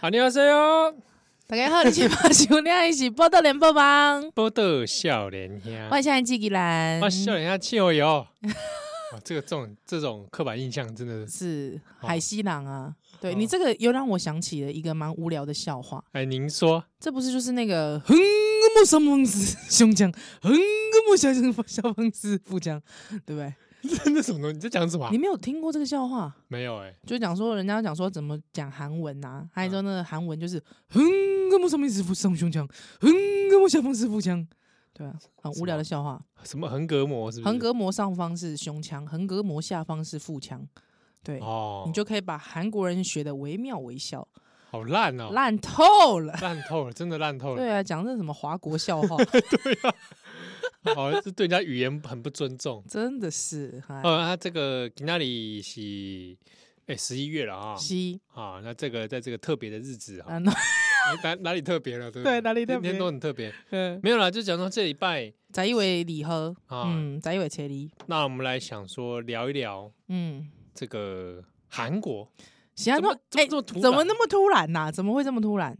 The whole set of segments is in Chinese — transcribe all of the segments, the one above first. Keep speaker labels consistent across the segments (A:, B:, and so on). A: 好，你好，C 哦，
B: 大家好，你是马上亮一起报道联 播帮，
A: 波豆笑脸兄，
B: 万象季吉兰
A: 哇，，笑脸兄气候油， 哇这个这种这种刻板印象真的是，
B: 是海西郎啊。对
A: 哦
B: 你这个又让我想起了一个蛮无聊的笑话，
A: 哎，您说，
B: 这不是就是那个横个木小疯子胸腔，横个木小小疯子腹腔，对不对？
A: 那什么东西？你在讲什么啊
B: 你？没有听过这个笑话？
A: 没有哎，
B: 就讲说人家讲说怎么讲韩文呐、啊，还有说那个韩文就是横个木小疯子腹上胸腔，横个木小疯子腹腔，对啊，很无聊的笑话。
A: 什么横膈膜是不是？
B: 横膈膜上方是胸腔，横膈膜下方是腹腔，对，
A: 哦，
B: 你就可以把韩国人学的惟妙惟肖，
A: 好烂哦，
B: 烂透了。
A: 烂透了，真的烂透了，
B: 对啊，讲这什么华国 笑话，
A: 好，哦这对人家语言很不尊重。
B: 真的是哎，
A: 呃，他这个今那里是哎十一月了啊
B: 西
A: 啊，那这个在这个特别的日子啊，
B: 啊，那
A: 哎哪哪里特别了？对不
B: 对哪里嗯特别
A: 天天都 很特别。没有啦，就讲到这礼拜
B: 翟一伟礼盒，
A: 啊，
B: 嗯，翟一伟切梨，
A: 那我们来想说聊一聊
B: 嗯，
A: 这个韩国，
B: 行啊，
A: 怎么
B: 那哎，
A: 怎么这么突然啊
B: 怎么那么突然呐？怎么会这么突然？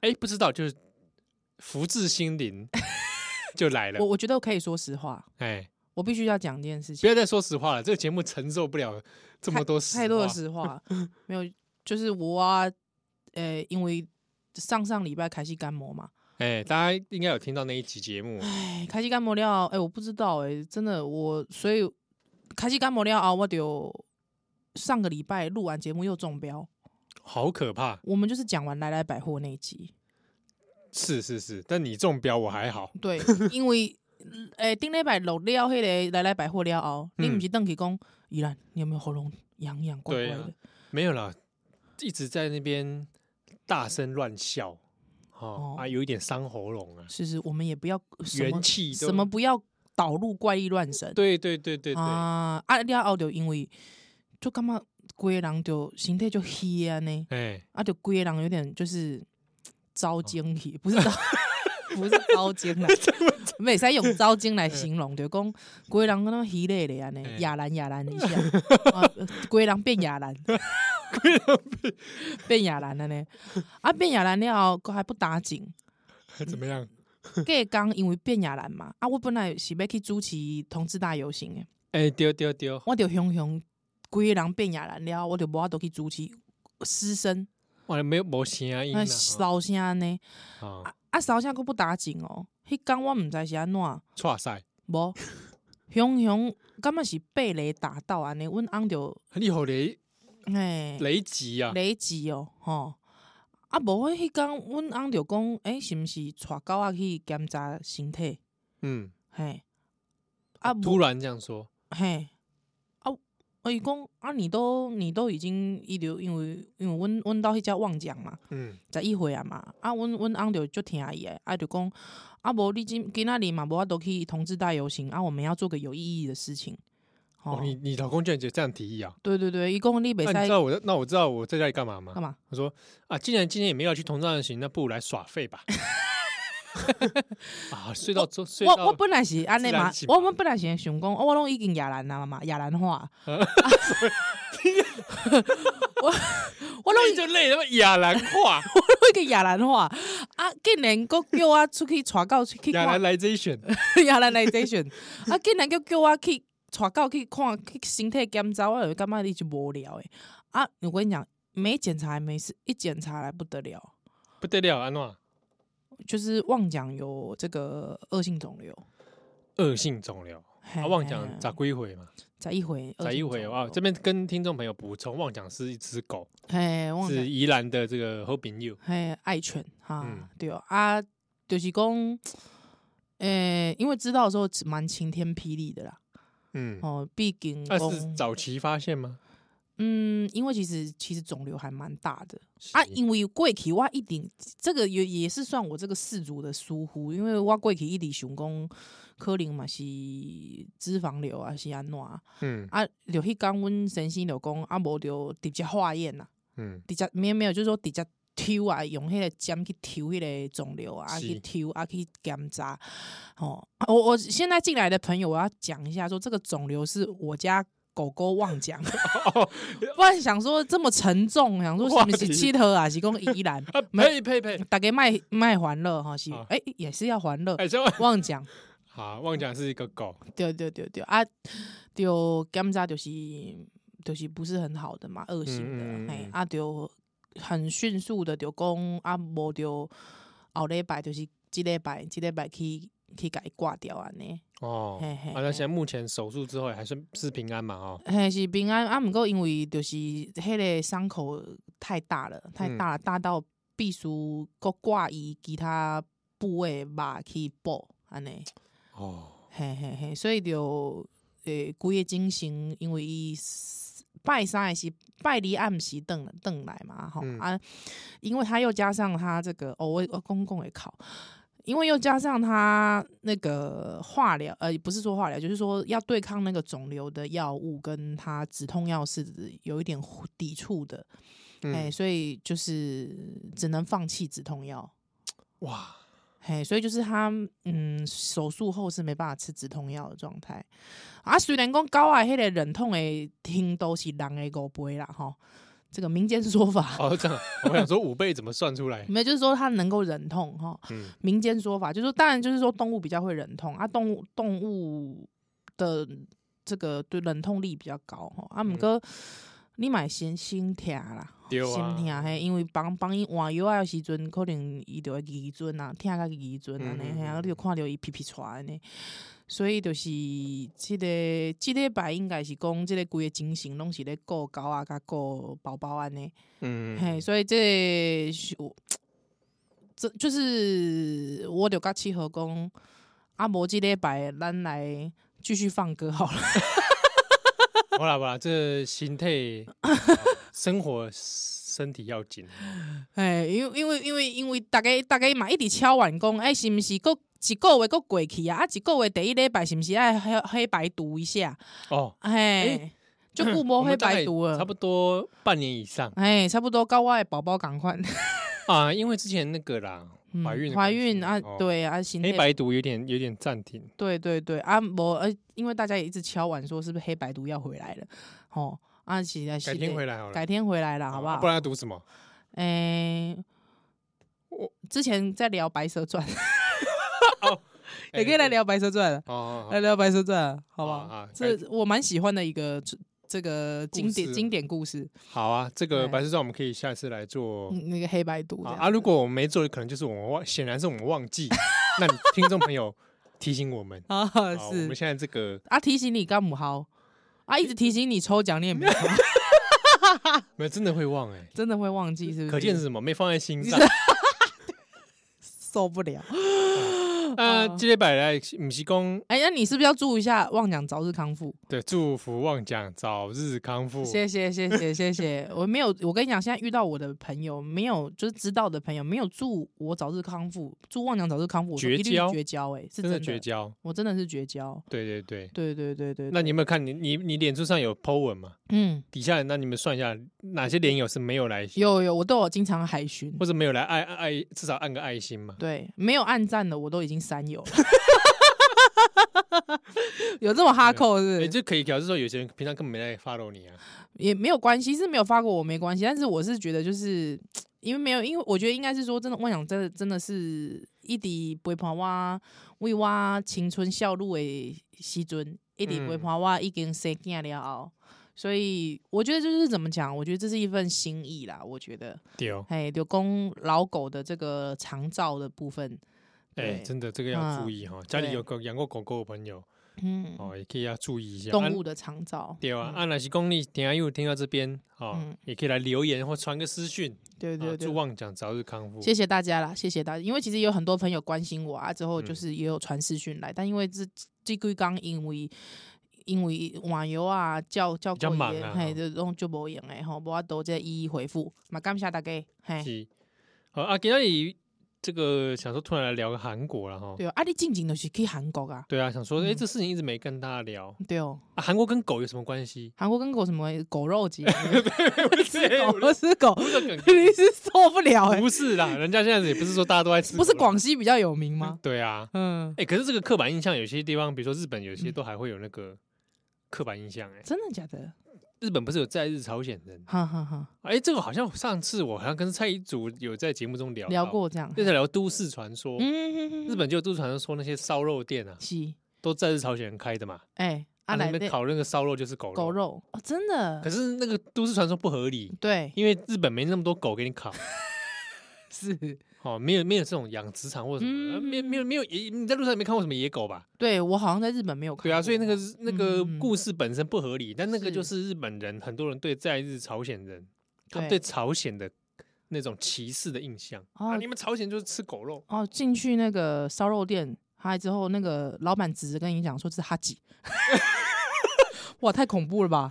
A: 哎，不知道就是福至心 灵就来了
B: 我，我觉得我可以说实话，
A: 哎，
B: 我必须要讲一件事
A: 不
B: 情，
A: 要再说实话了，这个节目承受不了这么多实
B: 太多的
A: 话
B: 实话，没有，就是我啊，呃，因为上上礼拜开始干膜嘛。
A: 哎，大家应该有听到那一期节目，
B: 哎，开始干磨料，哎、我不知道、哎，真的，我所以开始干磨料啊，我就上个礼拜录完节目又中标，
A: 好可怕，
B: 我们就是讲完来来百货那一集，
A: 是是是，但你中标我还好，
B: 对，因为哎，顶礼拜录了迄个来来百货了后，你
A: 嗯
B: 不是邓去讲，依然你有没有喉咙痒痒怪
A: 对
B: 怪
A: 啊
B: 的？
A: 没有啦，一直在那边大声乱笑，哦
B: 哦
A: 啊，有一点伤喉咙啊，
B: 是是，我们也不要什
A: 元
B: 么
A: 气都
B: 什么不要导入怪力乱神，
A: 对对对对对，
B: 啊啊了后就因为就感觉规人就身体就虚啊呢。
A: 哎。
B: 啊，就规人有点就是糟精体，不是糟， 不是糟精啦，袂使用糟精来形容，就讲规人敢若稀累的安尼
A: 嗯，
B: 亚兰亚兰一下，啊，规人变亚兰，规人变变亚兰安尼，啊，变亚兰了后，还不打紧，
A: 怎么样？
B: 隔刚因为变亚兰嘛，啊，我本来是要去主持同志大游行的，
A: 哎、丢丢丢！
B: 我就雄雄规人变亚兰了，我就无法度去主持失声，
A: 哇，没有没声音
B: 那
A: 啊！
B: 骚声安尼。
A: 哦啊，
B: 啊啊，烧声佫不打紧哦。迄工我毋知是安怎，
A: 错赛，
B: 无雄雄感觉是被雷打到安尼，阮翁着
A: 你好雷
B: 嘿
A: 雷击啊！
B: 嗯雷击哦，吼。啊，无迄工阮翁着讲，诶、是毋是带狗仔去检查身体？
A: 嗯，
B: 嘿，啊，
A: 突
B: 无
A: 然这样说，
B: 嘿，啊，啊伊讲啊，你都你都已经伊着因为因为阮阮兜迄只旺奖嘛，
A: 嗯，
B: 十一岁啊嘛，啊，阮阮翁就就听伊诶，啊就讲，啊无你今今仔日嘛无法度去同志大游行，啊我们要做个有意义的事情。
A: 哦，你你老公居然就这样提议啊？
B: 对对对，伊讲你袂
A: 那你知
B: 使
A: 道我在那我知道我在家里干嘛吗
B: 干？嘛？
A: 我说啊，既然今天也没有去同样行，那不如来耍废 吧。啊，睡到中睡
B: 我我
A: 到
B: 本来是安尼嘛
A: 自然醒，吧
B: 我们本来是想讲，哦我拢已经亚兰啊嘛，亚兰话。啊我我拢
A: 累就累，他妈亚兰话，
B: 我一个亚兰话啊，竟然佫叫我出去 带狗出去
A: 亚
B: 看
A: 兰来这一 选，
B: 亚兰来 s t 啊，竟然叫叫我去带狗去看去身体检查，我就感觉你就无聊诶。啊，我跟你讲，没检查还没事，一检查来不得了，
A: 不得了，安诺，
B: 就是妄讲有这个恶性肿瘤。
A: 恶性肿瘤。
B: 嘿
A: 啊，妄讲咋归回嘛？
B: 才一回，
A: 咋一回啊？这边跟听众朋友补充，妄讲是一只狗，
B: 嘿，妄
A: 是
B: 讲
A: 宜兰的这个 Hoping You。
B: 嘿爱犬哈，
A: 嗯
B: 对哦啊，就是讲，诶、因为知道的时候蛮晴天霹雳的啦。
A: 嗯，
B: 哦，毕竟
A: 那
B: 说
A: 啊是早期发现吗？
B: 嗯，因为其实其实肿瘤还蛮大的啊，
A: 是
B: 因为过去我一定这个也也是算我这个氏族的疏忽，因为我过去一直想讲可能嘛是脂肪瘤啊是安怎啊，
A: 嗯
B: 啊就迄讲阮先生就讲啊无就直接化验啊呐、
A: 嗯，
B: 直接没有没有，就是说直接抽啊，用迄个针去抽迄个肿瘤啊，
A: 是
B: 去抽啊，去检查。啊哦，我我现在进来的朋友，我要讲一下说，这个肿瘤是我家狗狗 妄讲，不然想说这么沉重，想说
A: 哇
B: 是不是
A: 你
B: 七头啊，是讲依然
A: 啊，呸呸呸！
B: 大家卖卖欢乐哈，是
A: 啊
B: 哎、也是要欢乐，
A: 哎，这
B: 妄讲，
A: 好，忘讲是一个狗，
B: 对对对对啊，就检查就是就是不是很好的嘛，恶性
A: 嗯嗯嗯
B: 的，哎、
A: 嗯
B: 啊就很迅速的就讲啊，无就后礼拜就是即礼拜即礼拜去去甲伊挂掉安尼。
A: 哦，
B: 嘿嘿
A: 啊，那现在目前手术之后还算是平安嘛？哦，
B: 嘿，是平安啊，毋过因为就是迄个伤口太大了，太
A: 嗯
B: 大了，大到必须搁挂伊其他部位的肉去补安尼，
A: 哦，
B: 嘿嘿嘿，所以就诶，规、个精神因为伊拜三也是拜二暗时顿顿来嘛吼、
A: 嗯
B: 啊，因为他又加上他这个哦，我我公公也考。因为又加上他那个化疗，呃，不是说化疗，就是说要对抗那个肿瘤的药物，跟他止痛药是有一点互抵触的，哎、
A: 嗯，
B: 所以就是只能放弃止痛药，
A: 哇，
B: 嘿，所以就是他，嗯，手术后是没办法吃止痛药的状态。啊，虽然讲高啊，迄个忍痛的听都是人的五倍啦，吼，这个民间说法，
A: 哦，这样，我想说五倍怎么算出来？
B: 没有就是说它能够忍痛，哈，
A: 嗯，
B: 民间说法就是说，当然就是说动物比较会忍痛啊，动物动物的这个对忍痛力比较高，吼，啊，毋过你买先心疼啦。
A: 对啊
B: 心疼嘿，因为帮帮伊换药啊的时阵，可能伊就会疑准啊，疼甲疑准安尼，
A: 嗯嗯
B: 嘿啊，
A: 嗯
B: 你就看着伊皮皮喘安尼。所以就是即、个即礼拜应该是讲即个规个精神拢是咧顾狗啊，甲顾宝宝安尼。嘿，
A: 嗯，
B: 所以这个是我这就是我就甲七和讲，啊，无即礼拜咱来继续放歌好了。
A: 好啦好啦，这心态、生活、身体要紧。
B: 哎，因为因为因为因为大家大家嘛一直敲完讲，哎、是毋是搁一个月搁过去啊？啊，一个月第一礼拜是毋是爱黑黑白读一下？
A: 哦，
B: 哎，就 顾
A: 我
B: 无黑
A: 们大概
B: 白读
A: 差
B: 了。
A: 不多半年以上
B: 哎，差不多高我的宝宝赶快
A: 啊，因为之前那个啦，
B: 嗯
A: 怀孕的
B: 怀
A: 关系
B: 孕啊
A: 哦，
B: 对啊，心
A: 黑
B: 态
A: 白毒有点有点暂停。
B: 对对对，啊，无呃，因为大家也一直敲碗说是不是黑白毒要回来了，吼，啊，是在
A: 改天回来好了，
B: 改天回来了，好不
A: 啊
B: 好
A: 不？然要读什么？
B: 诶、
A: 我
B: 之前在聊《白蛇传》 也
A: 哎
B: 可以来聊《白蛇传》，啊
A: 哦，哦
B: 来聊《白蛇传》，好不
A: 好
B: 好
A: 好？
B: 这我蛮喜欢的一个这个经
A: 故
B: 典
A: 事
B: 经典故事，
A: 好啊，这
B: 哎
A: 个白事照我们可以下次来做。
B: 嗯那个黑白毒
A: 啊
B: 的
A: 啊，如果我们没做，可能就是我们忘，显然是我们忘记。那你听众朋 友提醒我们，
B: 啊
A: 好我们
B: 是
A: 现在这个
B: 啊，提醒你干母好啊，一直提醒你抽奖，你也没有
A: 没有真的会忘哎，
B: 真的会忘记，是不是？
A: 可见是什么？没放在心上。
B: 受不了。
A: 啊，
B: 哦
A: 今天摆来不是讲
B: 哎、那你是不是要祝一下妄想早日康复？
A: 对，祝福旺奖早日康复。
B: 谢谢谢谢 谢谢，我没有，我跟你讲，现在遇到我的朋友，没有就是知道的朋友，没有祝我早日康复，祝旺娘早日康复，我都
A: 绝
B: 一律
A: 交
B: 绝交、哎，是
A: 真
B: 真
A: 的绝，交。
B: 我真的是绝交，
A: 对对对，
B: 对对对对，
A: 那你有没有看你你你脸书上有 po 文吗？
B: 嗯，
A: 底下那你们算一下，哪些连友是没有来，
B: 有有，我都有经常海巡，
A: 或者没有来爱爱爱，至少按个爱心嘛。
B: 对，没有暗赞的我都已经删有了， 有这么哈扣是不
A: 也
B: 是
A: 就可以表示说，有些人平常根本没来 follow 你啊。
B: 也没有关系，是没有发过我没关系，但是我是觉得就是。因为没有，因为我觉得应该是说，真的，我想真的真的是一直陪伴我，为我青春少女的时阵，一直陪伴我已经生囝了后，所以我觉得就是怎么讲，我觉得这是一份心意啦。我觉得，
A: 对哦，
B: 哎，就公老狗的这个长照的部分，
A: 哎，
B: 对
A: 真的这个要注意哈。家里有狗养过狗狗的朋友
B: 嗯，
A: 哦，也可以要注意一下。
B: 动
A: 啊
B: 物的长照，
A: 对啊，啊，那是公你等一下又听到这边哦
B: 嗯，
A: 也可以来留言或传个私讯，
B: 对
A: 啊
B: 对对
A: 祝，旺奖早日康复。
B: 谢谢大家啦，谢谢大家，因为其实也有很多朋友关心我啊，之后就
A: 嗯
B: 是也有传私讯来，但因为这这几刚因为因为网游啊，叫叫
A: 较
B: 过
A: 忙
B: 夜
A: 啊
B: 嘿，
A: 吼
B: 就拢就无用诶吼，无法度再一一回复，嘛感谢大家，嘿，
A: 是，好啊，今天你这个想说突然来聊个韩国了哈。
B: 对哦啊，你进前就是去韩国啊，
A: 对啊，想说，哎、
B: 嗯
A: 这事情一直没跟大家聊
B: 对哦，？
A: 啊。韩国跟狗有什么关系
B: 韩国跟狗什么狗肉节，
A: 是
B: 狗吃狗，
A: 不是梗，
B: 你是受不了诶，
A: 不是啦，人家现在也不是说大家都爱吃，
B: 哦不是广西比较有名吗？
A: 对啊，
B: 嗯
A: 哎、可是这个刻板印象有些地方，比如说日本，有些都还会有那个刻板印象哎、
B: 真的假的？
A: 日本不是有在日朝鲜人？
B: 哈哈哈，
A: 哎、这个好像上次我好像跟蔡依祖有在节目中聊
B: 聊
A: 到，
B: 过这样。
A: 就在聊都市传说。
B: 嗯哼哼，
A: 日本就有都市传说，那些烧肉店啊，
B: 是
A: 都在日朝鲜人开的嘛。啊
B: 哎，阿
A: 那
B: 来
A: 边
B: 的
A: 烤那个烧肉就是狗肉，
B: 狗肉哦，真的
A: 可是那个都市传说不合理，
B: 对，
A: 因为日本没那么多狗给你烤。
B: 是
A: 哦，没有没有这种养殖场或者什么的，
B: 嗯
A: 呃没有没有没有野，你在路上也没看过什么野狗吧？
B: 对我好像在日本没有看过。
A: 对啊，所以那个那个
B: 嗯嗯嗯
A: 故事本身不合理，但那个
B: 是
A: 就是日本人很多人对在日朝鲜人，他们对
B: 对
A: 朝鲜的那种歧视的印象啊，
B: 哦
A: 你们朝鲜就是吃狗 肉，
B: 哦，进去那个烧肉店，嗨之后，那个老板直接跟你讲说这是 哈吉，哇，太恐怖了吧！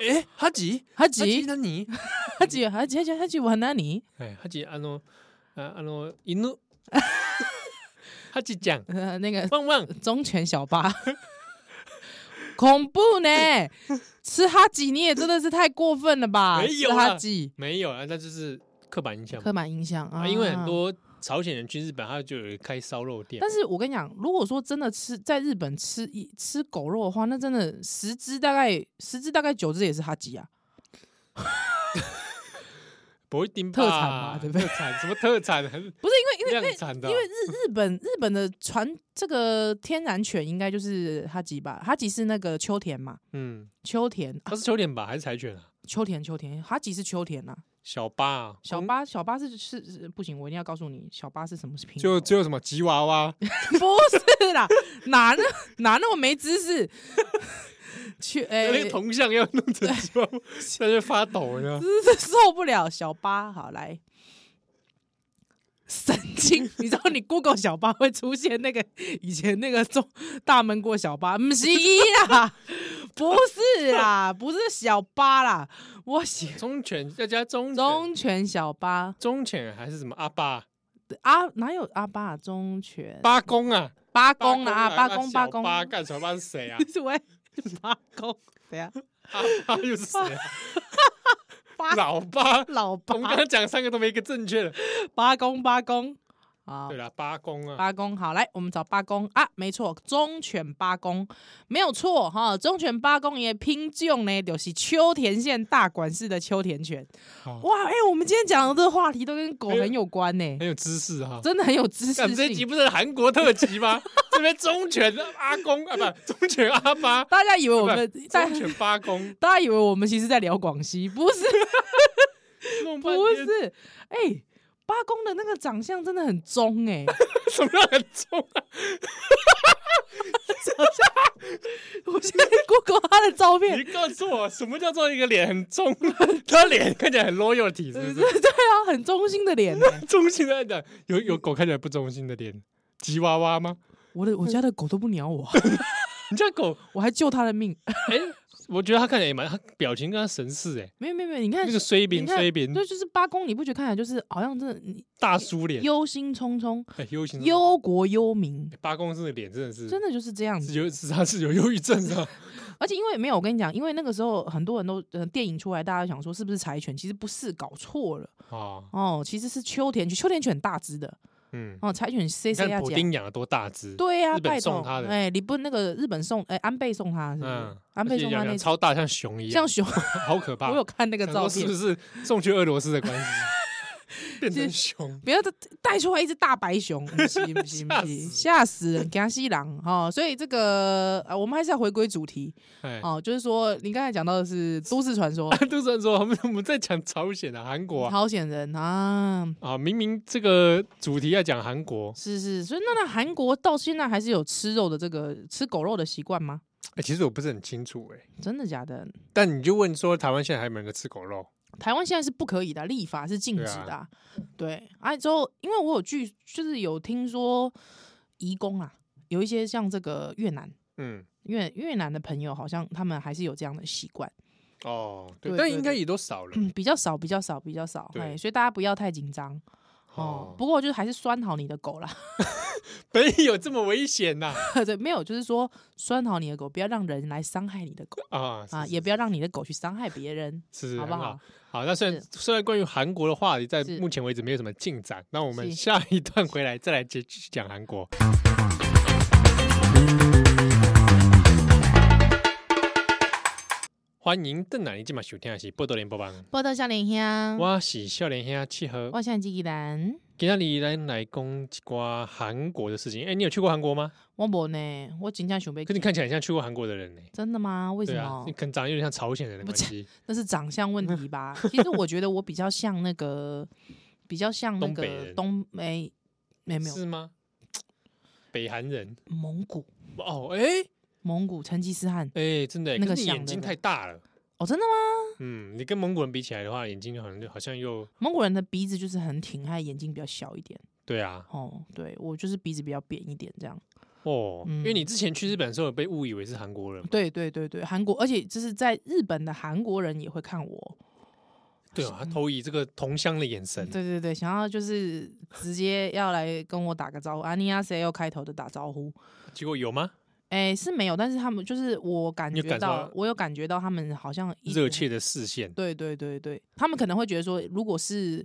A: 哎，哈吉，
B: 哈
A: 哈吉，
B: 吉，
A: 那你，
B: 哈吉，哈吉，哈吉，哈吉，我很难你，
A: 哎，哈吉，あの，啊，あの， 犬，哈吉讲，
B: 呃，那个
A: 旺旺，
B: 忠犬小 八，恐怖呢！吃哈吉你也真的是太过分了吧？
A: 没有啦
B: 吃哈吉，
A: 没有啊，那就是刻板印象嘛
B: 刻板印象啊
A: 啊，因为很。多朝鲜人去日本，他就有开烧肉店，
B: 但是我跟你讲，如果说真的吃在日本吃一吃狗肉的话，那真的十只大概十只大概九只也是哈吉啊。
A: 不一定吧
B: 特产嘛对不对
A: 特产什么特产？还是
B: 不是因为因为因为
A: 量产的啊、
B: 因为日日本日本的传这个天然犬应该就是哈吉吧？哈吉是那个秋田嘛？
A: 嗯，
B: 秋田啊，
A: 它是秋田吧，还是柴犬啊？
B: 秋田秋田，哈吉是秋田呐、啊。
A: 小巴、啊，
B: 小
A: 公
B: 巴小巴是是是不行，我一定要告诉你，小巴是什么品种？
A: 就只有什么吉娃娃，
B: 不是啦，哪那哪那么没知识？ 去哎，
A: 那个
B: 真
A: 铜像要弄成吉娃娃，那就发抖了。
B: 是受不了小巴。好来，神经， 你知道你 Google 小巴会出现那个以前那个中大闷锅小巴，不是一啦，不 是啦，不是小巴啦，我喜
A: 忠犬要加忠忠
B: 忠犬小巴
A: 忠犬还是什么阿爸
B: 啊，哪有阿巴啊忠犬
A: 八公啊？
B: 八公啦啊，
A: 八
B: 八公
A: 八
B: 八公，
A: 八干什么？八是谁啊？
B: 是喂 八 公，等下
A: 阿爸又是谁啊？
B: 八
A: 老啊八。
B: 老
A: 我
B: 八
A: 们刚刚讲三个都没一个正确的。
B: 八公八公，好
A: 对啦，八公 啊，
B: 八公好，来我们找八公啊，没错，忠犬八公没有错哈，忠犬八公也拼种呢，就是秋田县大馆市的秋田犬。
A: 好
B: 哇，哎、我们今天讲的这个话题都跟狗很有关呢、
A: 很有知识哈。
B: 真的很有知识
A: 哎干这一集
B: 性。
A: 不是韩国特辑吗？这边忠犬阿公啊，不，忠犬阿妈，
B: 大家以为我
A: 不
B: 们大
A: 忠犬八公，
B: 大家以为我们其实在聊广西，不 是
A: 弄半
B: 不
A: 天
B: 是，哎、八公的那个长相真的很 忠哎、
A: 什么叫很忠啊？
B: 我现在 Google 他的照片
A: 你，告诉我，什么叫做一个脸很 忠？他脸看起来很 loyalty，是
B: 对
A: 不是？
B: 对啊，很忠心的脸、欸。
A: 忠心的讲，有有狗看起来不忠心的脸，吉娃娃吗？
B: 我的我家的狗都不鸟我，
A: 你家狗，
B: 我还救它的命。
A: 哎，我觉得它看起来也蛮，它表情跟它神似，哎，
B: 没有没有没有，你看
A: 那个衰
B: 你
A: 兵
B: 看
A: 衰兵
B: 对，就是八公，你不觉得看起来就是好像真的你
A: 大叔脸，
B: 忧心忡忡、
A: 哎忧心忡忡
B: 忧国忧民，
A: 八公是脸真的是
B: 真的就是这样
A: 是
B: 子。
A: 有是他是有忧郁症是 吧？
B: 而且因为没有，我跟你讲，因为那个时候很多人都、呃、电影出来，大家想说是不是柴犬，其实不是，搞错了
A: 哦，
B: 哦，其实是秋田犬，秋田犬很大只的
A: 嗯。
B: 哦，柴犬 C
A: 你
B: C
A: 看
B: 要
A: 普
B: 讲。
A: 丁养的多大只，
B: 对呀、
A: 日本
B: 拜
A: 送
B: 托，
A: 他的
B: 哎，你不那个日本送哎安倍送他是不是？
A: 嗯，
B: 安
A: 而
B: 倍
A: 且
B: 送
A: 养
B: 他
A: 得
B: 那
A: 超大，像熊一样
B: 像，熊，
A: 好可怕。
B: 我有看那个
A: 想
B: 照
A: 说
B: 片
A: 是不，是送去俄罗斯的关系 变成
B: 是
A: 熊？
B: 不要再带出来一只大白熊，不行不行不
A: 吓
B: 行，
A: 死
B: 吓死人，给他吸狼哈！所以这个呃，我们还是要回归主题
A: 哎，
B: 哦，就是说你刚才讲到的是都市传说，
A: 杜然说我们我们在讲朝鲜啊，韩国啊，
B: 朝鲜人啊，
A: 啊，明明这个主题要讲韩国，
B: 是是，所以那那韩国到现在还是有吃肉的这个吃狗肉的习惯吗？
A: 哎，其实我不是很清楚哎，
B: 真的假的？
A: 但你就问说台湾现在还有没有人吃狗肉？
B: 台湾现在是不可以的啊，立法是禁止的啊、对，啊之后，因为我有据，就是有听说移工啊，有一些像这个越南
A: 嗯，
B: 越越南的朋友，好像他们还是有这样的习惯。
A: 哦，对，
B: 对
A: 但
B: 对
A: 应该
B: 对
A: 也都少了
B: 嗯，比较少，比较少，比较少，
A: 对
B: 哎，所以大家不要太紧张哦。不过就是还是拴好你的狗啦，
A: 没有这么危险呐
B: 对，没有，就是说拴好你的狗，不要让人来伤害你的狗
A: 啊
B: 啊，
A: 是
B: 也不要让你的狗去伤害别人，
A: 是是
B: 好不
A: 很
B: 好？
A: 好，那虽然
B: 是
A: 虽然关于韩国的话题在
B: 是
A: 目前为止没有什么进展，那我们
B: 是
A: 下一段回来再来继续讲韩国。欢迎邓奶奶今晚收听的是《波多连播帮》，
B: 报道少年兄，
A: 我是笑脸兄七和。
B: 嗯我现在记兰，
A: 今天你来来讲一寡韩国的事情。哎、你有去过韩国吗？
B: 我无呢，我真正想被
A: 可你看起来很像去过韩国的人呢、
B: 真的吗？为什
A: 对啊
B: 么，
A: 你？可能长得有点像朝鲜人的
B: 不
A: 关
B: 是
A: 系。
B: 那是长相问题吧？其实我觉得我比较像那个，比较像那
A: 东北
B: 个
A: 人
B: 东没没没有
A: 是吗？北韩人
B: 蒙古
A: 哦，哎、
B: 蒙古成吉思汗
A: 哎、真的、欸，
B: 那
A: 可
B: 个
A: 是你
B: 像
A: 眼
B: 的
A: 睛
B: 那
A: 太大了。
B: 哦，真的吗？
A: 嗯，你跟蒙古人比起来的话，眼睛好像就好像又
B: 蒙古人的鼻子就是很挺，他的眼睛比较小一点。
A: 对啊，
B: 哦，对我就是鼻子比较扁一点这样。
A: 哦，因为
B: 嗯
A: 你之前去日本的时候有被误以为是韩国人嘛，
B: 对对对对，韩国，而且就是在日本的韩国人也会看我。
A: 对啊，他投以这个同乡的眼神，
B: 对对对，想要就是直接要来跟我打个招呼，啊，尼亚谁又开头的打招呼。
A: 结果有吗？
B: 哎、是没有，但是他们就是我感
A: 你有
B: 觉
A: 感受
B: 到
A: 到，
B: 我有感觉到他们好像一
A: 热
B: 直
A: 切的视线，
B: 对对对对，他们可能会觉得说，如果是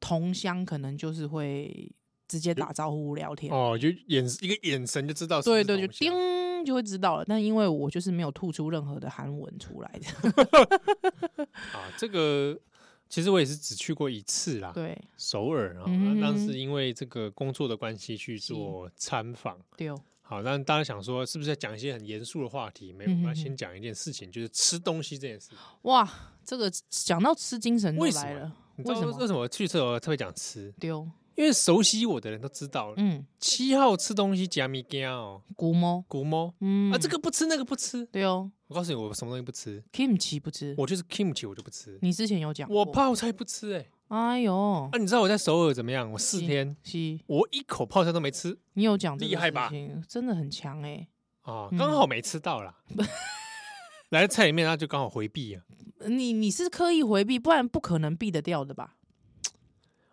B: 同乡，可能就是会直接打招呼聊天。
A: 哦，就眼一个眼神就知道是不
B: 对
A: 是
B: 对，就
A: 同乡，
B: 叮就会知道了。但因为我就是没有吐出任何的韩文出来的，
A: 啊，这个其实我也是只去过一次啦，
B: 对
A: 首尔啊，
B: 嗯
A: 那当时因为这个工作的关系去做参访。
B: 对哦，
A: 好，那当然想说，是不是要讲一些很严肃的话题？没有，
B: 嗯
A: 我们要
B: 哼哼
A: 先讲一件事情，就是吃东西这件事。
B: 哇，这个讲到吃精神就
A: 为什
B: 来
A: 么
B: 了，
A: 你知道
B: 为什么
A: 为什么我去厕所特别讲吃？
B: 丢、哦，
A: 因为熟悉我的人都知道，
B: 嗯，
A: 七号吃东西夹米干哦，
B: 古猫，
A: 古猫
B: 嗯
A: 啊，这个不吃那个不吃。
B: 对哦
A: 我告诉你，我什么东西不吃，
B: ，kimchi 不吃，
A: 我就是 kimchi 我就不吃，
B: 嗯你之前有讲过，
A: 我泡菜不吃哎、欸。
B: 哎呦
A: 啊，，你知道我在首尔怎么样？我
B: 嗯
A: 四天
B: 西，
A: 我一口泡菜都没吃
B: 你有讲这
A: 厉
B: 个
A: 害
B: 事
A: 吧
B: 情真的很强哎、
A: 啊，
B: 嗯
A: 刚好没吃到 啦。来菜里面，他就刚好回避啊。
B: 你你是刻意回避，不然不可能避得掉的吧？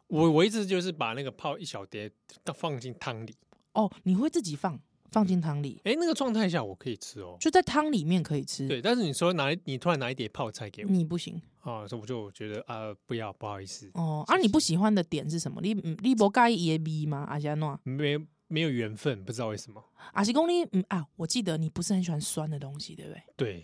A: 我我一直就是把那个泡一小碟到放进汤里，
B: 哦，你会自己放放进汤里，
A: 哎、那个状态下我可以吃哦。
B: 就在汤里面可以吃，
A: 对，但是你说拿你突然拿一碟泡菜给我
B: 你不行
A: 啊，所以我就觉得啊、呃不要，不好意思，
B: 哦。啊，你不喜欢的点是什么？你嗯你不介意伊的味吗？阿是安怎样
A: 没没有缘分，不知道为什么。
B: 啊是讲你嗯啊，我记得你不是很喜欢酸的东西，对不对？
A: 对，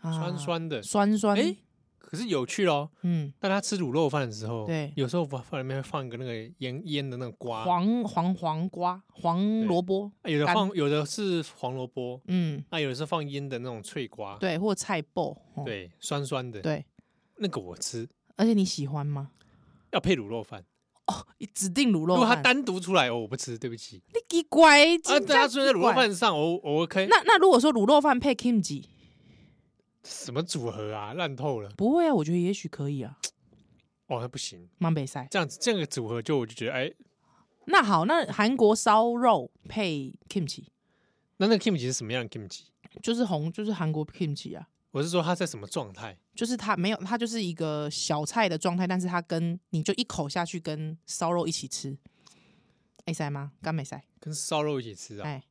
B: 啊、
A: 酸酸的，
B: 酸酸，
A: 哎可是有趣咯。
B: 嗯，
A: 大家吃卤肉饭的时候，
B: 对
A: 有时候饭饭里面会放一个那个腌腌的那个瓜，
B: 黄黄黄瓜、黄萝卜，
A: 啊有的
B: 干
A: 放有的是黄萝卜，
B: 嗯，
A: 啊，有的是放腌的那种脆瓜，
B: 对，或菜脯，哦
A: 对，酸酸的，
B: 对，
A: 那个我吃，
B: 而且你喜欢吗？
A: 要配卤肉饭。
B: 指定卤
A: 如
B: 肉
A: 果它
B: 饭，
A: 单独出来，哦，我不吃，对不起。
B: 你奇怪，
A: 啊，
B: 真
A: 大家
B: 的
A: 出现在
B: 奇
A: 卤
B: 怪
A: 肉饭上，我我 OK，
B: 那那如果说卤肉饭配 kimchi，
A: 什么组合啊，烂透了，
B: 不会啊，我觉得也许可以啊，
A: 哦，那不行。
B: 蛮北塞。
A: 这样子这个组合就我就觉得，哎，
B: 那好，那韩国烧肉配 kimchi
A: 那那个 kimchi 是什么样的 kimchi？
B: 就是红，就是韩国 kimchi 啊，
A: 我是说它在什么状态？
B: 就是它没有，它就是一个小菜的状态，但是它跟你就一口下去跟烧肉一起吃，哎塞吗？干没塞？
A: 跟烧肉一起吃啊？
B: 哎，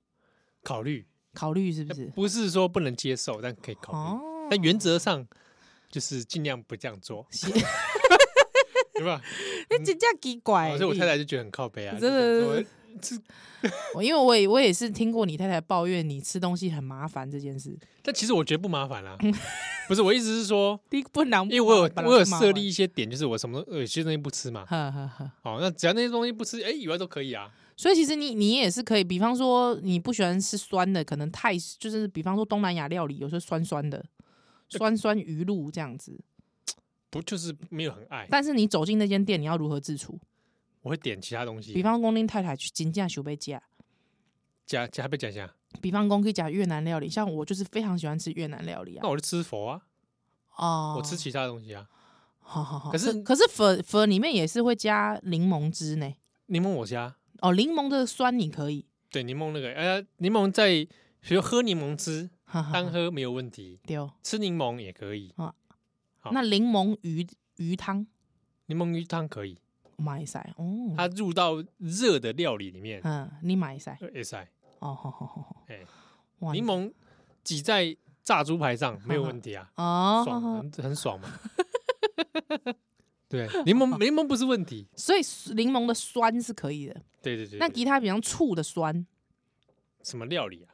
A: 考虑
B: 考虑是不是？
A: 不是说不能接受，但可以 考虑。哎
B: 哦，
A: 但原则上就是尽量不这样做，
B: 是
A: 对吧？
B: 你真正奇怪、
A: 哦所以我太
B: 你
A: 太就觉得很靠背啊，
B: 真的
A: 就想说这。
B: 我欸因为我也我也是听过你太太抱怨你吃东西很麻烦这件事，
A: 但其实我觉得不麻烦啦，啊
B: 嗯
A: 不是我意思是说，
B: 你不能，
A: 因为我有
B: 本来
A: 我有
B: 不麻
A: 设
B: 烦
A: 立，一些点，就是我什么东呃有些东西不吃嘛。
B: 呵呵呵。
A: 哦，那只要那些东西不吃，哎，以外都可以啊。
B: 所以其实你你也是可以，比方说你不喜欢吃酸的，可能太就是比方说东南亚料理有时候酸酸的，酸酸鱼露这样子。
A: 不就是没有很爱，
B: 但是你走进那间店，你要如何自处？
A: 我会点其他东
B: 比
A: 西，
B: 方公令太太去金价修贝加，
A: 加加被讲一下，
B: 比方公可以讲越南料理，像我就是非常喜欢吃越南料理啊
A: 那。我就吃佛啊，
B: 哦
A: 我吃，其他东西啊。
B: 好好
A: 可
B: 好。可
A: 是
B: 是可是粉粉里面也是会加柠檬汁呢。
A: 柠檬我加，
B: 哦，柠檬的酸你可以，
A: 对柠檬那个，哎、呀，柠檬在比如喝柠檬汁，
B: 哈哈
A: 单
B: 哈
A: 喝没有问题，
B: 对哦。
A: 吃柠檬也可以，好
B: 那柠檬鱼鱼汤
A: 柠檬鱼汤可以，
B: 买塞哦，
A: 它入到热的料理里面，
B: 嗯，你买塞
A: 哎塞，
B: 哦，好好好好，
A: 哎，
B: 哇
A: 柠
B: 你
A: 檬挤在炸猪排上没有问题啊，
B: 哦，
A: 爽，很很爽 嘛。对，柠
B: 哦
A: 檬柠檬不是问题，
B: 所以柠檬的酸是可以的。
A: 对对对。
B: 那
A: 对
B: 吉他比方醋的酸
A: 什么料理啊？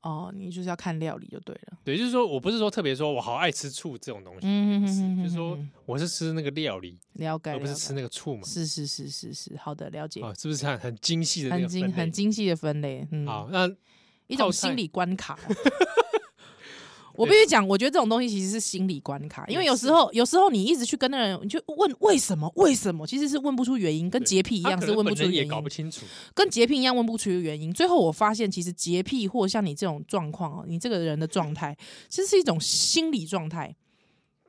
B: 哦，你就是要看料理就对了。
A: 对，就是说我不是说特别说我好爱吃醋这种东西，
B: 嗯哼
A: 是
B: 哼哼
A: 就是
B: 哼
A: 说
B: 哼
A: 我是吃那个料理，
B: 了解，
A: 而不是
B: 了解
A: 吃那个醋嘛。
B: 是是是是是，好的，了解，
A: 啊，是不是很很精细的那
B: 很
A: 个
B: 精
A: 分
B: 很
A: 类？
B: 精细的分类，嗯，
A: 好，那
B: 一
A: 泡
B: 种
A: 菜
B: 心理关卡。哦 我必须讲，我觉得这种东西其实是心理关卡，因为
A: 也
B: 有时候，有时候你一直去跟那个人，你就问为什么，为什么，其实是问不出原因，跟
A: 对
B: 洁癖一
A: 他
B: 样
A: 可
B: 是
A: 能
B: 问
A: 本
B: 不出
A: 人也
B: 原
A: 搞不
B: 因，
A: 清楚。
B: 跟洁癖一样问不出原因。最后我发现，其实洁癖或像你这种状况哦，你这个人的状态，其实是一种心理状态。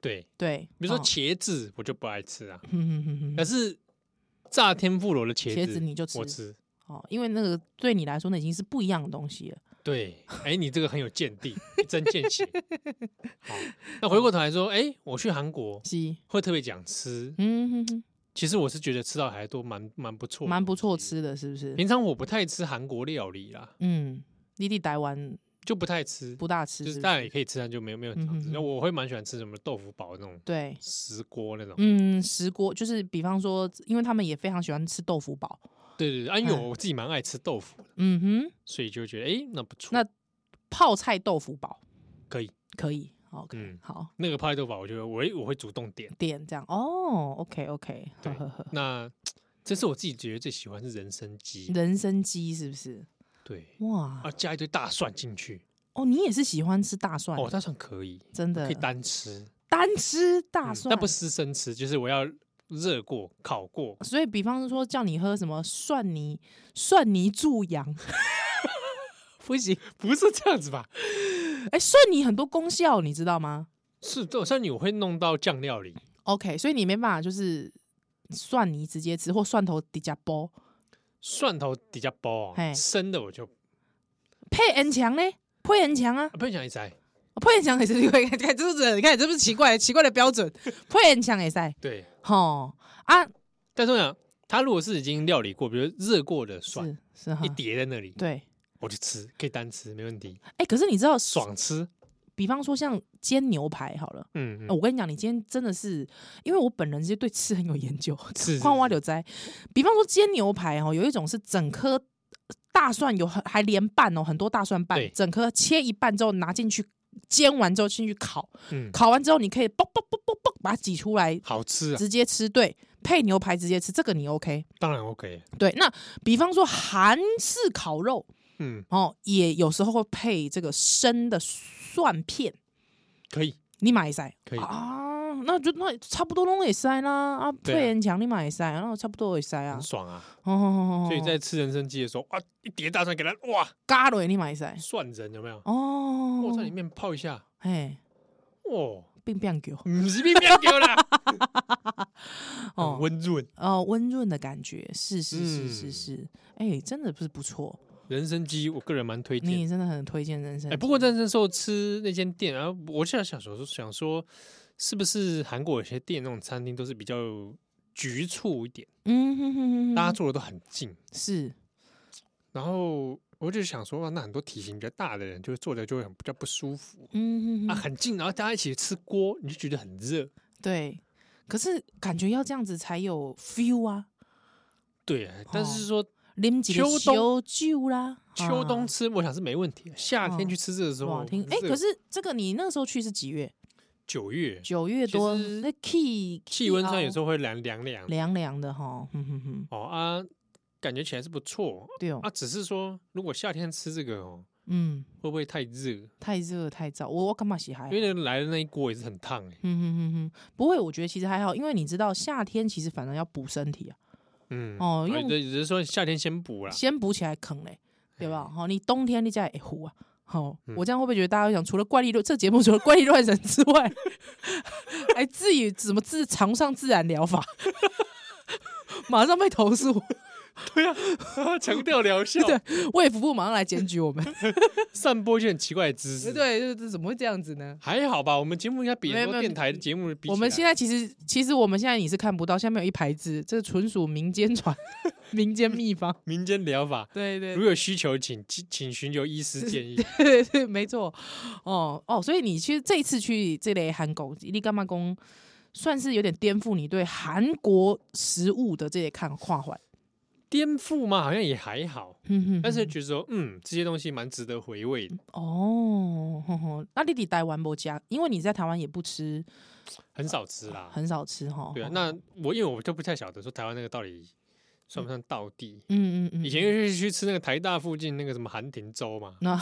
A: 对，
B: 对，
A: 比如说
B: 哦嗯
A: 茄子，我就不爱吃啊，
B: 哼哼哼哼
A: 但是炸天妇罗的茄
B: 茄子你就
A: 我
B: 吃
A: 吃。
B: 哦，因为那个对你来说，那已经是不一样的东西了。
A: 对，哎，你这个很有见地， 一针见血。好，那回过头来说，哎，我去韩国
B: 是，
A: 会特别讲吃，
B: 嗯哼哼
A: 其实我是觉得吃到还都蛮蛮不错，
B: 哼，蛮不错。吃的，是不是？
A: 平常我不太吃韩国料理啦，
B: 嗯，你弟台湾
A: 就不太吃，
B: 不大吃
A: 就是是
B: 不是
A: 当然也可以吃，啊但就没有没有
B: 嗯
A: 常吃。
B: 哼嗯
A: 那
B: 哼
A: 我会蛮喜欢吃什么豆腐煲那种
B: 对，
A: 石锅那种。
B: 嗯，石锅就是比方说，因为他们也非常喜欢吃豆腐煲，
A: 对对对，啊，因为
B: 嗯
A: 我自己蛮爱吃豆腐的，
B: 嗯哼，
A: 所以就觉得哎，那不错，
B: 那泡菜豆腐煲
A: 可以。
B: 可以，OK，、
A: 嗯
B: 好
A: 那个泡菜豆腐煲，我觉得我会我会主动点。
B: 点这样哦，OK OK，
A: 对
B: 呵呵呵，
A: 那这是我自己觉得最喜欢是人参鸡，
B: 人参鸡是不是？
A: 对，
B: 哇，
A: 啊，加一堆大蒜进去，
B: 哦，你也是喜欢吃大蒜，
A: 哦，大蒜可以，
B: 真的
A: 可以单吃，
B: 单吃大
A: 嗯
B: 蒜，
A: 但不是生吃，就是我要热过、烤过，
B: 所以，比方说叫你喝什么蒜泥蒜泥助阳， 不行。
A: 不是这样子吧？
B: 哎、蒜泥很多功效，你知道吗
A: 是，这像你我会弄到酱料里，
B: ？OK，所以你没办法就是蒜泥直接吃，或蒜头底下包
A: 蒜头底下包啊，
B: 嘿
A: 生的我就
B: 配恩强呢？配恩强啊，哦
A: 啊不想一摘，
B: 配恩强也是另外一个， 看这是你看这不是奇怪奇怪的标准，配恩强也塞
A: 对，
B: 吼啊，
A: 但是我想，它如果是已经料理过，比如热过的蒜
B: 是是哈
A: 一，叠在那里，
B: 对，
A: 我就吃，可以单吃，没问 题，
B: 哎、可是你知道，
A: 爽吃，
B: 比方说像煎牛排好了。
A: 嗯，
B: 呃
A: 嗯
B: 我跟你讲，你今天真的是，因为我本人其实对吃很有研究，
A: 是
B: 换挖
A: 是
B: 柳斋。比方说煎牛排哦，有一种是整颗大蒜有很还连瓣哦，很多大蒜瓣
A: 对，
B: 整颗切一半之后拿进去煎完之后进去烤，
A: 嗯，
B: 烤完之后你可以啵啵啵啵啵把它挤出来，
A: 好吃啊，
B: 直接吃。对，配牛排直接吃，这个你 OK。
A: 当然 OK，
B: 对，那比方说韩式烤肉
A: 嗯，
B: 哦，也有时候会配这个生的蒜片。
A: 可以，
B: 你买塞
A: 可以
B: 啊，那就那差不多拢会塞啦啊，
A: 对啊
B: 配人强你买塞，然后差不多会塞啊
A: 很，爽啊。
B: 哦哦哦，哦
A: 所以在吃人参鸡的时候，哇，一碟大蒜给它，哇，
B: 咖喱你买塞
A: 蒜仁有没有？
B: 哦，
A: 我在里面泡一下，
B: 嘿，
A: 哦，
B: 并 变球
A: 不是面面给啦，很
B: 哦
A: 温润。
B: 哦，温润的感觉，是是是是
A: 嗯
B: 是，哎、真的不是不错，
A: 人参鸡我个人蛮推荐
B: 你。真的很推荐人生。
A: 哎，不过在那时候吃那间店，然后我现在想说，想说是不是韩国有些店那种餐厅都是比较局促一点，
B: 嗯哼哼哼哼，
A: 大家坐的都很近，
B: 是
A: 然后。我就想说，哇那很多体型比较大的人，就坐着就会很比较不舒服
B: 嗯哼
A: 啊，
B: 哼，
A: 很近，然后大家一起吃锅，你就觉得很热。
B: 对，可是感觉要这样子才有 feel 啊，
A: 对，但是说
B: 啉几个
A: 秋冬
B: 烧酒啦，
A: 秋冬
B: 哦啊
A: 吃，我想是没问题。夏天去吃这个时候
B: 哇，，听哎、
A: 这个
B: 可是这个你那时候去是几月？
A: 九月
B: 九月
A: 其
B: 多，
A: 实
B: 那气
A: 气温上有时
B: 候
A: 候会凉凉凉
B: 凉凉的哈，哼哼哼，
A: 哦啊，感觉起来是不错
B: 对哦
A: 啊。，只是说，如果夏天吃这个哦，
B: 嗯，
A: 会不会太热？因
B: 太热太燥，我我干嘛洗还好
A: 为那个来的那一锅也是很烫哎。
B: 嗯哼哼哼，不会，我觉得其实还好，因为你知道夏天其实反而要补身体啊，
A: 嗯啊
B: 哦用
A: 只只是啊说夏天先补啦。
B: 先补起来坑嘞，对吧？好、你冬天你家也糊啊。好、
A: 嗯
B: 我这样会不会觉得大家会想，除了怪力乱这节目除了怪力乱神之外， 还自己怎么自崇尚自然疗法， 马上被投诉，
A: 对啊，强调疗效，
B: 卫福部马上来检举我们。
A: 散播一些很奇怪的知识。，
B: 对，这这怎么会这样子呢？
A: 还好吧，我们节目应该比
B: 没有
A: 很多
B: 没有
A: 电台的节目比起来。
B: 我们现在其实，其实我们现在你是看不到，下面有一排字，这纯属民间传、 民间秘方。
A: 民间疗法，
B: 对对
A: 如有需求，请请寻求医师建议。
B: 对对，没错。哦哦，所以你其实这一次去这类韩国伊利干嘛宫，算是有点颠覆你对韩国食物的这些看跨环。
A: 颠覆嘛，好像也还好，
B: 嗯哼，
A: 但是
B: 哼
A: 觉得说，嗯，这些东西蛮值得回味的，
B: 哦，哼哼那你弟台湾不加，因为你在台湾也不吃，
A: 很少吃啦。
B: 很少吃哈。
A: 对啊，
B: 吼
A: 那我因为我就不太晓得说台湾那个到底算不算道地。
B: 嗯嗯嗯，
A: 以前就是去吃那个台大附近那个什么韩亭粥嘛，
B: 那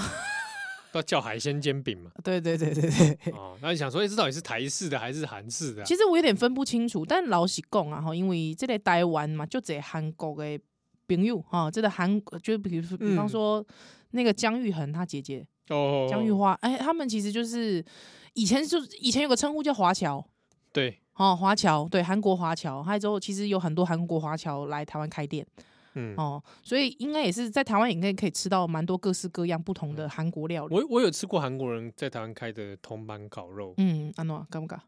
A: 都叫海鲜煎饼嘛。
B: 对对对对 对。
A: 哦，那你想说，哎、这到底是台式的还是韩式的啊、
B: 其实我有点分不清楚，但老实讲啊，吼，因为这个台湾嘛，就这韩国的朋友哈，这个韩就比如说，比方
A: 嗯
B: 说那个姜育恒他姐姐
A: 哦，
B: 姜育花，哎，他们其实就是以前就是以前有个称呼叫华侨，
A: 对，
B: 哦，华侨对韩国华侨，还有之后其实有很多韩国华侨来台湾开店
A: 嗯，
B: 哦，所以应该也是在台湾应该可以吃到蛮多各式各样不同的韩国料理。
A: 我我有吃过韩国人在台湾开的铜板烤肉，
B: 嗯，安诺敢不敢？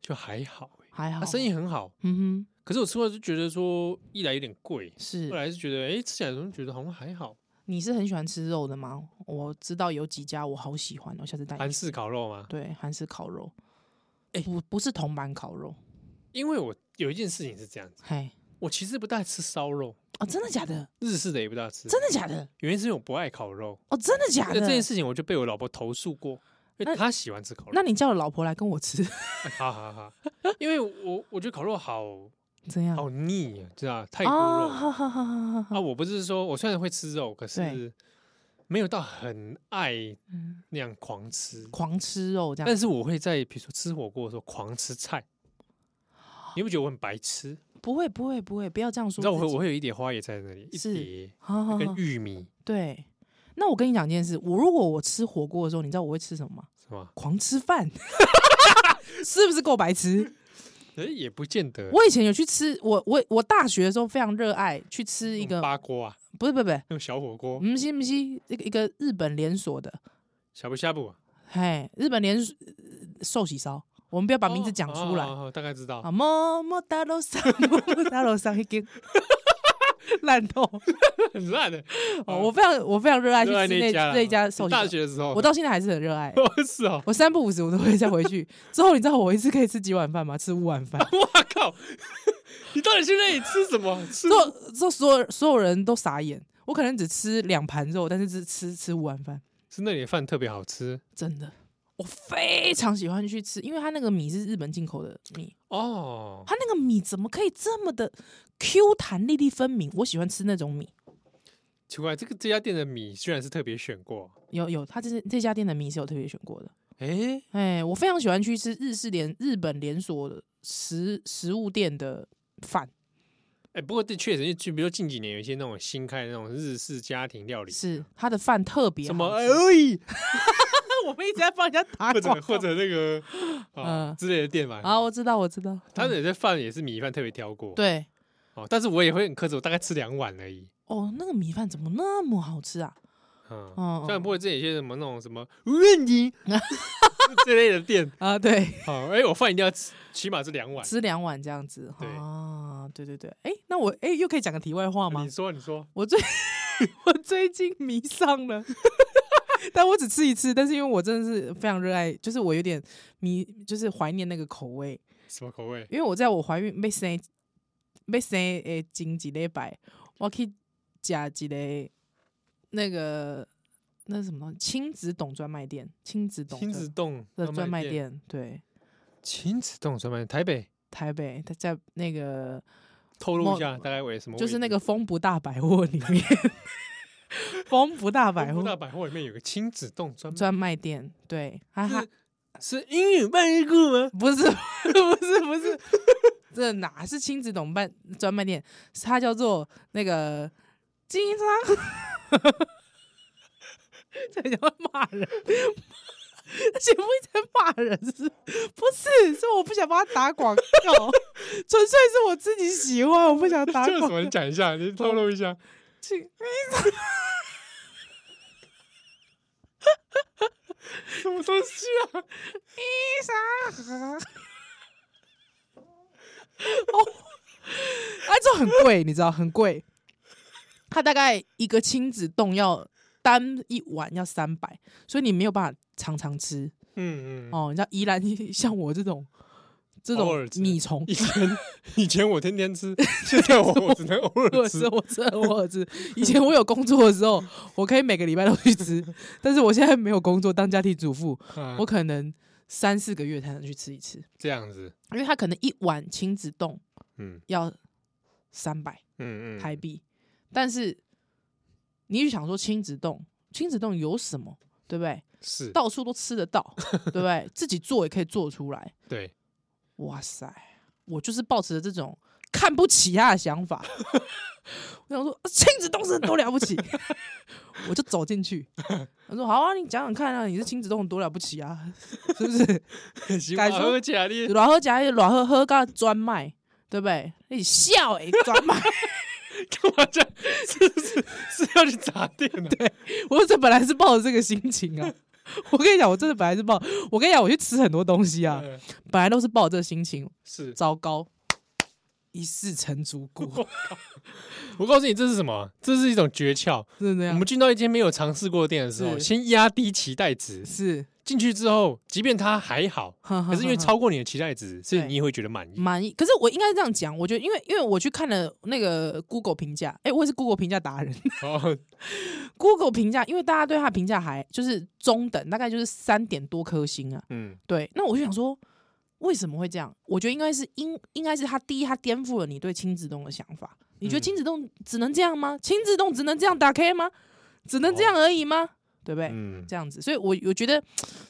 A: 就还好、欸，
B: 还好，
A: 他生意很好。
B: 嗯
A: 可是我吃过就觉得说，一来有点贵，
B: 哼，是
A: 二。来是觉得，哎、吃起来怎么觉得好像还好？
B: 你是很喜欢吃肉的吗？我知道有几家我好喜欢哦，下次带你
A: 韩
B: 去。
A: 式烤肉吗？
B: 对韩式烤肉，
A: 哎
B: 不不是铜板烤肉，
A: 因为我有一件事情是这样子，
B: 嘿，
A: 我其实不大吃烧肉，
B: 哦，真的假的？
A: 日式的也不大吃，
B: 真的假的？
A: 原因是因为我不爱烤肉。
B: 哦，真的假
A: 那
B: 的？
A: 这件事情我就被我老婆投诉过，因
B: 那
A: 为她喜欢吃烤肉
B: 那。你叫老婆来跟我吃，
A: 好好好，因为我我觉得烤肉好
B: 怎样？
A: 好腻啊，知道吧太多
B: 哦，
A: 肉
B: 好
A: 了
B: 好好好好好，
A: 啊！我不是说我虽然会吃肉，可是没有到很爱
B: 嗯
A: 那样狂吃，
B: 狂吃肉这样
A: 但。是我会在比如说吃火锅的时候狂吃菜。你不觉得我很白痴？
B: 不会不会不会，不要这样
A: 你
B: 说
A: 知道
B: 自己。
A: 我会我会有一碟花椰菜在那里，一
B: 是
A: 碟
B: 好好
A: 跟
B: 好
A: 玉米
B: 对。那我跟你讲一件事，我如果我吃火锅的时候，你知道我会吃什么吗？
A: 是吗？
B: 狂吃饭， 是不是够白痴？
A: 哎，也不见得。
B: 我以前有去吃，我我我大学的时候非常热爱去吃一
A: 用
B: 个，嗯
A: 八锅啊，
B: 不是不是不是，
A: 那种小火锅，
B: 不是不是一个一个日本连锁的，
A: 小不呷哺啊，
B: 嘿，日本连锁呃寿喜烧，我们不要把名字讲出来
A: 哦，哦哦哦大概知道。
B: 啊，么么哒楼上，么么哒楼上一根 烂透。
A: 很烂的。
B: 哦，我非常我非常热爱去
A: 热爱
B: 吃那
A: 一家啦，
B: 那一家寿
A: 你
B: 喜烧
A: 大，学的时候，
B: 我到现在还是很热爱。
A: 我是哦，
B: 我三不五时我都会再回去。之后你知道我一次可以吃几碗饭吗？吃五碗饭。
A: 哇靠！ 你到底去那里吃什么？吃
B: 之后之后所有所有人都傻眼。我可能只吃两盘肉，但是只吃吃五碗饭，
A: 是那里的饭特别好吃
B: 真的。我非常喜欢去吃，因为它那个米是日本进口的米，
A: 哦。
B: 它那个米怎么可以这么的 Q 弹、粒粒分明？我喜欢吃那种米。
A: 奇怪，这个这家店的米居然是特别选过，啊
B: 有有，它这这家店的米是有特别选过的。
A: 哎，
B: 哎，我非常喜欢去吃日式连日本连锁的食食物店的饭，
A: 哎，不过这确实，就比如说近几年有一些那种新开的那种日式家庭料理，
B: 是啊它的饭特别
A: 什么
B: 好吃
A: 哎呦，
B: 我们一直在帮人家打
A: 或
B: 广
A: 者
B: 告，
A: 或者那 个啊
B: 嗯
A: 之类的店嘛。
B: 啊，我知道，我知道，
A: 他
B: 嗯
A: 有些饭也是米饭特别挑过，
B: 对
A: 哦，但是我也会很克制，我大概吃两碗而已。
B: 哦，那个米饭怎么那么好吃啊？
A: 嗯，
B: 嗯，
A: 虽然不会这有些什么那种什 么无问题这类的店，
B: 啊，对，
A: 好，哎，我饭一定要吃，起码是两碗。
B: 吃两碗这样子，
A: 对
B: 啊，对对对，哎，那我哎又可以讲个题外话吗
A: 你？说，你说，
B: 我最我最近迷上了。 但我只吃一次，但是因为我真的是非常热爱，就是我有点迷，就是怀念那个口味。
A: 什么口味？
B: 因为我在我怀孕被生被生诶前一礼拜，我去食一个那个那是什么东西亲子懂专卖店，亲子懂
A: 亲子洞
B: 的专卖，店，对，
A: 亲子洞专卖店，台北
B: 台北，它在那个
A: 透露
B: 某
A: 一下，大概为什么位置？
B: 就是那个丰不大百货里面， 丰不大百
A: 东湖
B: 货
A: 大百货里面有个亲子洞专卖
B: 专卖店，对，哈哈
A: 是，是英语半日故吗？
B: 不是 不是不是，这哪是亲子懂办专卖店？是它叫做那个金昌， 这人会骂人，节目一直在骂人是不是不是？是我不想帮他打广告， 纯粹是我自己喜欢，我不想打
A: 这个
B: 广
A: 什
B: 告
A: 么？你。讲一下，你透露一下。
B: 金
A: 什么东西啊？
B: 啊！哦，啊，这很贵，你知道，很贵。它大概一个亲子冻要单一碗要三百，所以你没有办法常常吃
A: 嗯嗯，
B: 哦。你知道宜兰像我这种这
A: 偶
B: 种
A: 尔吃
B: 米虫。
A: 以 前以前我天天吃，现在我我只能偶尔
B: 我
A: 吃
B: 吃，。我吃，我有吃。以前我有工作的时候，我可以每个礼拜都去 吃，但是我现在没有工作，当家庭主妇，
A: 啊
B: 我可能三四个月才能去吃一次，
A: 这样子，
B: 因为它可能一碗亲子冻
A: 嗯
B: 要三百
A: 嗯嗯，
B: 台币，但是你就想说亲子冻，亲子冻有什么，对不对？
A: 是
B: 到处都吃得到，对不对？自己做也可以做出来。
A: 对，
B: 哇塞，我就是抱持着这种看不起他的想法， 我想说呃亲子洞是多了不起， 我就走进去，我说好啊，你讲讲看啊，你是亲子洞多了不起啊，是不是？
A: 改
B: 改
A: 说
B: 说
A: 喝起来 你
B: 软喝假软喝喝到专卖，对不对？你笑哎、专卖，
A: 干嘛 这样？是是是要去砸店啊的？对，
B: 我这本来是抱着这个心情啊。 我跟你讲，我真的本来是抱，我跟你讲，我去吃很多东西啊，
A: 嗯
B: 本来都是抱着这个心情，
A: 哎是。
B: 糟糕，一世成主 顾，
A: 我告诉你，这是什么？这是一种诀窍。
B: 真的这
A: 我
B: 样
A: 们，进到一间没有尝试过的店的时候，
B: 是
A: 先压低期待值。
B: 是，
A: 进去之后，即便它还 好，
B: 可
A: 可是因为超过你的期待值，所以
B: 对
A: 你也会觉得 满意。
B: 满意。可是我应该是这样讲，我觉得，因为因为我去看了那个 Google 评价，哎、我也是 Google 评价达人。
A: 哦，
B: Google 评价，因为大家对它的评价还就是中等，大概就是三点多颗星啊。
A: 嗯，
B: 对，那我就想说，为什么会这样？我觉得应该是应应该是它第一，它颠覆了你对亲子洞的想法。你觉得
A: 嗯
B: 亲子洞只能这样吗？亲子洞只能这样打开吗？只能这样而已吗？对不对？
A: 哦嗯，
B: 这样子，所以我我觉得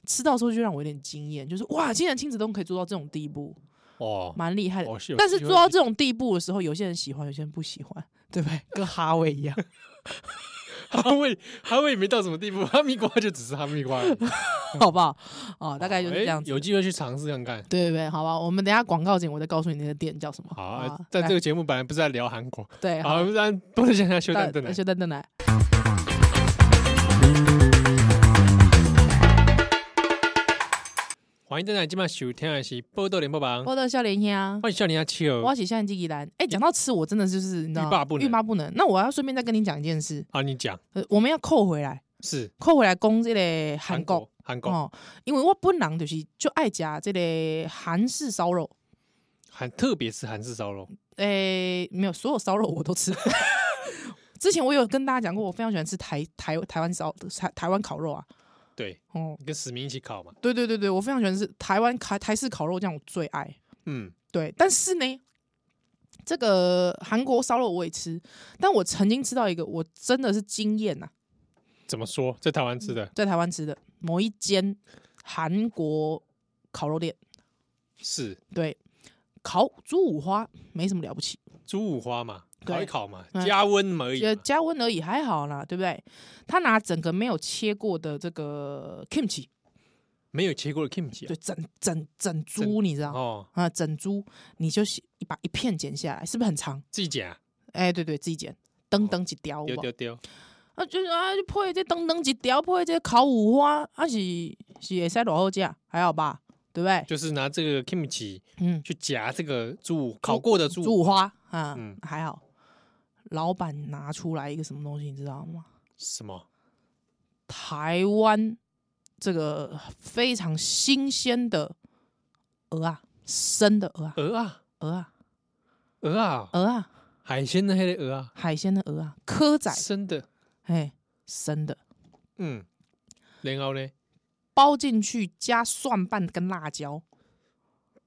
B: 吃到的时候就让我有点惊艳，就是哇，竟然亲子洞可以做到这种地步，
A: 哦，
B: 蛮厉害的。
A: 哦是有
B: 但是
A: 机会
B: 做到这种地步的时候，有些人喜欢，有些人不喜欢，对不对？ 跟哈维一样，
A: 哈味哈味没到什么地步， 哈密瓜就只是哈密瓜而已，
B: 好不好？哦，大概就是这样
A: 哎
B: 子。
A: 有机会去尝试看看。
B: 对对对，好吧，我们等一下广告前我再告诉你那个店叫什么。
A: 好
B: 吧
A: 啊，在这个节目本来不是在聊韩国，
B: 来对
A: 好，我们让多讲一下修蛋
B: 蛋
A: 蛋奶。
B: 修蛋蛋奶。
A: 欢迎蛋奶，今晚收听的是《波多连播榜》，
B: 我的笑脸香，
A: 欢迎笑脸阿七哦
B: 我要
A: 儿
B: 写下你记忆栏。哎，讲到吃，我真的就是你知道
A: 欲罢不能
B: 欲罢不能。那我要顺便再跟你讲一件事，
A: 啊，你讲
B: 呃，我们要扣回来，
A: 是
B: 扣回来攻这个韩
A: 韩
B: 国
A: 国韩国
B: 哦，因为我本人就是就爱食这个韩式烧肉。
A: 韩，特别是韩式烧肉，
B: 诶、没有，所有烧肉我都吃。 之前我有跟大家讲过，我非常喜欢吃台台台湾烧台台湾烤肉啊。
A: 对，
B: 哦，
A: 你跟史明一起烤嘛，
B: 对对对对，我非常喜欢吃台湾台台式烤肉，这样我最爱。
A: 嗯，
B: 对，但是呢，这个韩国烧肉我也吃，但我曾经吃到一个，我真的是惊艳呐，
A: 怎么说？在台湾吃的
B: 在台湾吃的某一间韩国烤肉店，
A: 是
B: 对，烤猪五花没什么了不起，
A: 猪五花嘛，
B: 对
A: 烤一烤嘛，
B: 嗯
A: 加温而已
B: 也
A: 嘛，
B: 加温而已，还好啦，对不对？他拿整个没有切过的这个 kimchi，
A: 没有切过的 kimchi
B: 对，
A: 啊
B: 整整整猪，
A: 整
B: 你知道
A: 哦，
B: 啊，整猪，你就是一把一片剪下来，是不是很长？
A: 自己夹，
B: 哎，对对，自己剪，噔噔几条
A: 哦丢
B: 吧
A: 丢丢，
B: 啊，就是啊，就配这噔噔几条，配这烤五花，啊是是也塞落后价，还好吧？对不对？
A: 就是拿这个 kimchi
B: 嗯，
A: 去夹这个猪五烤过的猪
B: 猪五花啊，
A: 嗯
B: 还好。老板拿出来一个什么东西，你知道吗？
A: 什么？
B: 台湾这个非常新鲜的鹅啊，生的鹅啊，
A: 鹅啊，
B: 鹅啊，
A: 鹅啊，
B: 鹅啊，
A: 海鲜的黑的鹅啊，
B: 海鲜的鹅啊，蚵仔，
A: 生的，
B: 哎，生的，
A: 嗯，然后呢，
B: 包进去加蒜瓣跟辣椒，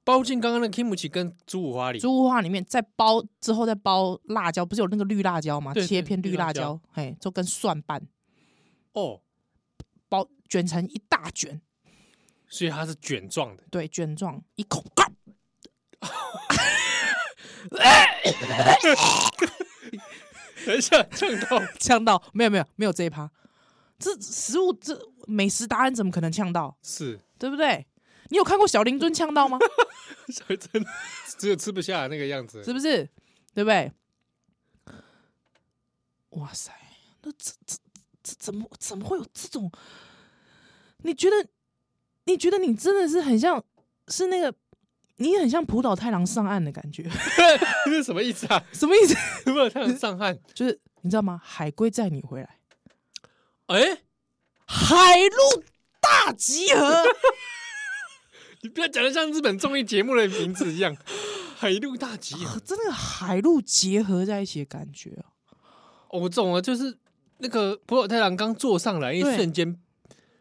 A: 包进刚刚的 kimchi 跟猪五花里，
B: 猪五花里面再包之后再包辣椒，不是有那个绿辣椒吗？
A: 对
B: 切
A: 对
B: 片
A: 绿
B: 绿
A: 辣
B: 辣
A: 椒
B: 椒，哎，就跟蒜瓣
A: 哦，
B: 包卷成一大卷，
A: 所以它是卷状 的，
B: 对，卷状一口，
A: 等一下呛到，
B: 呛到，没有没有没有这一趴，这食物这美食达人怎么可能呛到？
A: 是，
B: 对不对？你有看过小林尊呛到吗？
A: 小真的只有吃不下那个样子，
B: 是不是？对不对？哇塞，那这这这怎么怎么会有这种？你觉得你觉得你真的是很像是那个你很像浦岛太郎上岸的感觉，
A: 这是什么意思啊？
B: 什么意思？
A: 有没有看上岸？
B: 就是你知道吗？海龟载你回来，
A: 哎，
B: 海陆大集合，
A: 你不要讲的像日本综艺节目的名字 一样，海陆大集啊合。
B: 真的海陆结合在一起的感觉哦、
A: 哦，我懂了，就是那个普尔太郎刚坐上来，一
B: 对
A: 瞬间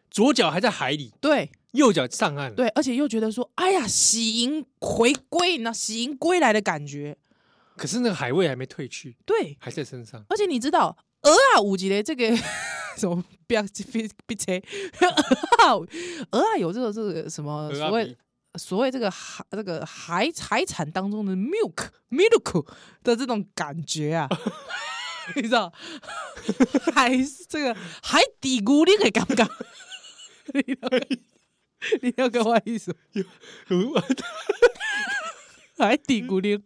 A: 左脚还在海里，
B: 对
A: 右脚上岸了。
B: 对，而且又觉得说，哎呀，喜迎回归，那喜迎归来的感觉，
A: 可是那个海味还没退去，
B: 对，
A: 还在身 上。
B: 而且你知道，鹅啊五级的这个 什么不要别别 吹，鹅啊鹅啊有这个这个什么
A: 鹅
B: 所
A: 啊
B: 谓
A: 比
B: 所谓这个海这个海海产当中的 milk milk 的这种感觉啊， 你知道，海这个海底孤零的感觉， 你懂你要跟我意思吗，海底孤零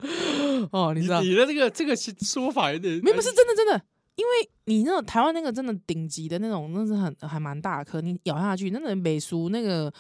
B: 哦，你
A: 你
B: 知道，
A: 你的这个这个说法有点哎
B: 没有不是真的真的，因为你那种台湾那个真的顶级的那种，那是很还蛮大颗，你咬下去，那个美苏那个呃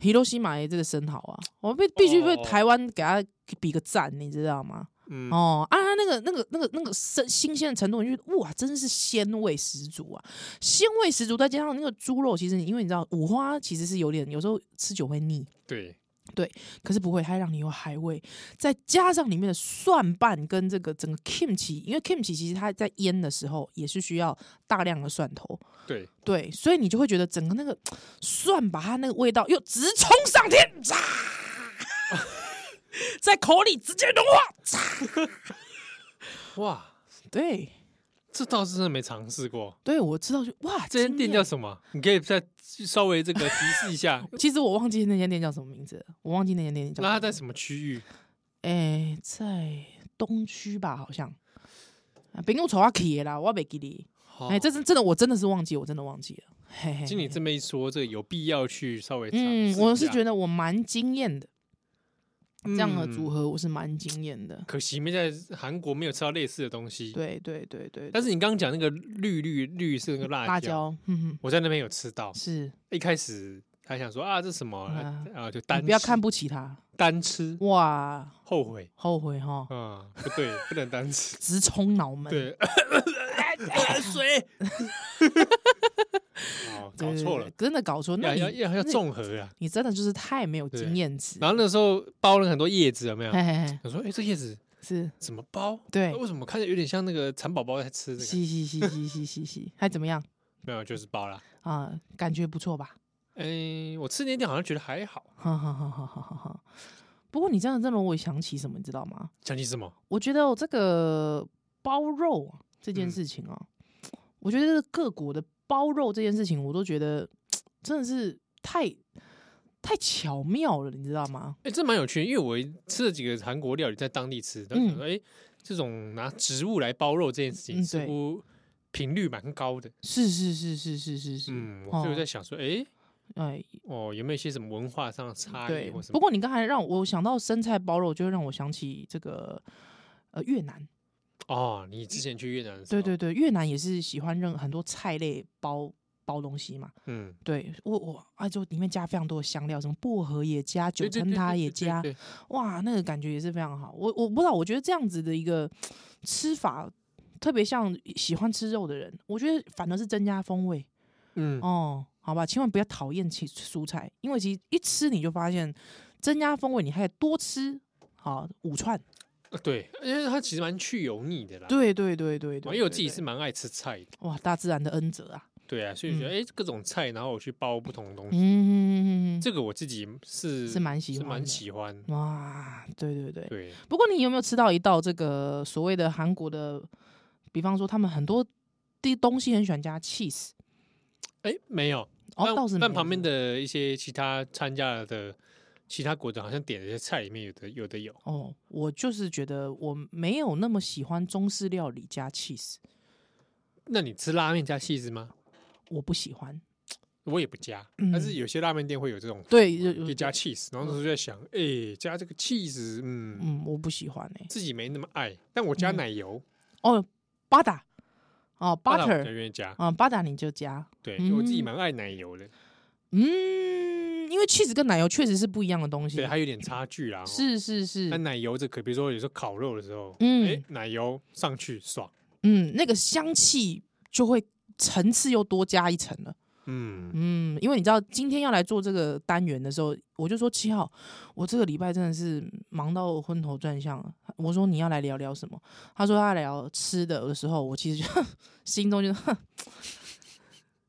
B: Hiroshima 的这个生蚝啊，我必必须被
A: 哦
B: 台湾给它比个赞，你知道吗？
A: 嗯
B: 哦啊，那个那个那个那个生新鲜的程度，你就觉得哇，真是鲜味十足啊！鲜味十足，再加上那个猪肉，其实你因为你知道五花其实是有点，有时候吃久会腻，
A: 对，
B: 可是不会，它让你有海味，再加上里面的蒜瓣跟这个整个 kimchi，因为 kimchi 其实它在腌的时候也是需要大量的蒜头，
A: 对，
B: 对，所以你就会觉得整个那个蒜把它那个味道又直冲上天，炸， 在口里直接融化，炸
A: 哇，
B: 对。
A: 这倒是真的没尝试过。
B: 对，我知道就哇，
A: 这间店
B: 惊艳
A: 叫什么？你可以再稍微这个提示一 下。
B: 其实我忘记那间店叫什么名字了，我忘记那间店叫什
A: 那它
B: 么名字。
A: 在什么区域？
B: 哎、在东区吧，好像。啊别跟我丑话起啦，我没给你。
A: 哦
B: 哎、这是真的，我真的是忘记，我真的忘记了。嘿嘿
A: 经理
B: 嘿，
A: 这么一说，这个有必要去稍微尝试一
B: 嗯，
A: 下。
B: 我是觉得我蛮惊艳的，这样的组
A: 嗯，
B: 合我是蛮惊艳的。
A: 可惜没在韩国没有吃到类似的东西。
B: 对对对对，
A: 但是你刚刚讲那个绿绿绿色那个辣
B: 辣，椒，嗯哼，
A: 我在那边有吃到。
B: 是
A: 一开始还想说啊，这什么啊
B: 啊
A: 啊，就
B: 你
A: 单
B: 不要
A: 吃
B: 看不起他，
A: 单吃，
B: 哇，
A: 后悔
B: 后悔哈，
A: 啊，不
B: 。
A: 对，不能单吃
B: 直冲脑门。呃
A: 对， 水。哦，搞
B: 对，对
A: 错
B: 对
A: 了，
B: 真的搞错。那
A: 要要
B: 你
A: 要要
B: 那
A: 综合啊。
B: 你真的就是太没有
A: 对
B: 经验值。
A: 然后那时候包了很多叶子，有没有？
B: 嘿嘿嘿，
A: 我说，哎，这叶子
B: 是，
A: 怎么包？
B: 对
A: 啊，为什么看着有点像那个蚕宝宝在吃这个？
B: 嘻嘻嘻嘻嘻嘻嘻，还怎么样
A: 没有，就是包啦。
B: 啊、感觉不错吧？
A: 哎，我吃那天好像觉得还好。
B: 哈哈哈哈哈哈哈。不过你这样这让我想起什么，你知道吗？
A: 想起什么？
B: 我觉得我这个包肉啊这件
A: 嗯
B: 事情啊，我觉得各国的包肉这件事情，我都觉得真的是太太巧妙了，你知道吗？
A: 哎、这蛮有趣的，因为我吃了几个韩国料理，在当地吃，然后
B: 嗯
A: 想说，哎、这种拿植物来包肉这件事情，
B: 嗯
A: 似
B: 对
A: 乎频率蛮高的。
B: 是是是是是是是，
A: 嗯，我
B: 哦
A: 就在想说，哎、
B: 哎，
A: 哦，有没有一些什么文化上的差异
B: 对
A: 或什。么？
B: 不过你刚才让我想到生菜包肉，就会让我想起这个呃越南。
A: 哦，你之前去越南的时候，
B: 对对，对，越南也是喜欢认很多菜类包包东西嘛。
A: 嗯，
B: 对我我啊，就里面加非常多的香料，什么薄荷也加，九
A: 对对
B: 层
A: 对
B: 塔
A: 对
B: 也
A: 对对
B: 加，
A: 对
B: 哇，那个感觉也是非常好。我我不知道，我觉得这样子的一个吃法，特别像喜欢吃肉的人，我觉得反而是增加风味
A: 嗯，
B: 哦。好吧，千万不要讨厌其蔬菜，因为其实一吃你就发现增加风味，你还得多吃好五串。
A: 呃对，因为它其实蛮去油腻的啦。
B: 对对对对
A: 哦，
B: 对，
A: 因为我
B: 对
A: 自己
B: 对
A: 是蛮爱吃菜的，
B: 哇，大自然的恩泽啊。
A: 对啊，所以觉得哎、
B: 嗯
A: 诶各种菜，然后我去包不同的东西，
B: 嗯，
A: 这个我自己是
B: 是蛮喜
A: 是
B: 欢
A: 蛮
B: 的嗯
A: 喜欢。
B: 哇，对对对。
A: 对，
B: 不过你有没有吃到一道这个所谓的韩国的，比方说他们很多的东西很喜欢加 cheese，
A: 哎、没有，
B: 哦，
A: 但
B: 倒是没
A: 但
B: 有
A: 旁
B: 是
A: 边
B: 不是
A: 的一些其他参加的其他国的，好像点的一些菜里面有的有的有，
B: 哦，我就是觉得我没有那么喜欢中式料理加 cheese，
A: 那你吃拉面加细子吗？
B: 我不喜欢。
A: 我也不加，
B: 嗯
A: 但是有些拉面店会有这种
B: 对，有有
A: 可以加 cheese，然后那时候就在想，哎、加这个 cheese，嗯，
B: 嗯，我不喜欢哎、
A: 自己没那么爱，但我加
B: 嗯
A: 奶油
B: 哦，巴达，哦
A: 巴达我才
B: butter，
A: 愿意加，
B: 啊巴达你就加，
A: 对，因为我自己
B: 嗯
A: 蛮爱奶油的，
B: 嗯，因为 cheese 跟奶油确实是不一样的东西
A: 对，，还有点差距啦，哦。
B: 是是
A: 那
B: 是，
A: 奶油这可，比如说有时候烤肉的时候，嗯，
B: 嗯
A: 哎，奶油上去爽，
B: 嗯，那个香气就会层次又多加一层了。
A: 嗯，
B: 嗯，因为你知道今天要来做这个单元的时候，我就说七号，我这个礼拜真的是忙到昏头转向了。我说你要来聊聊什么？他说他要聊吃的的时候，我其实就 心中就哼，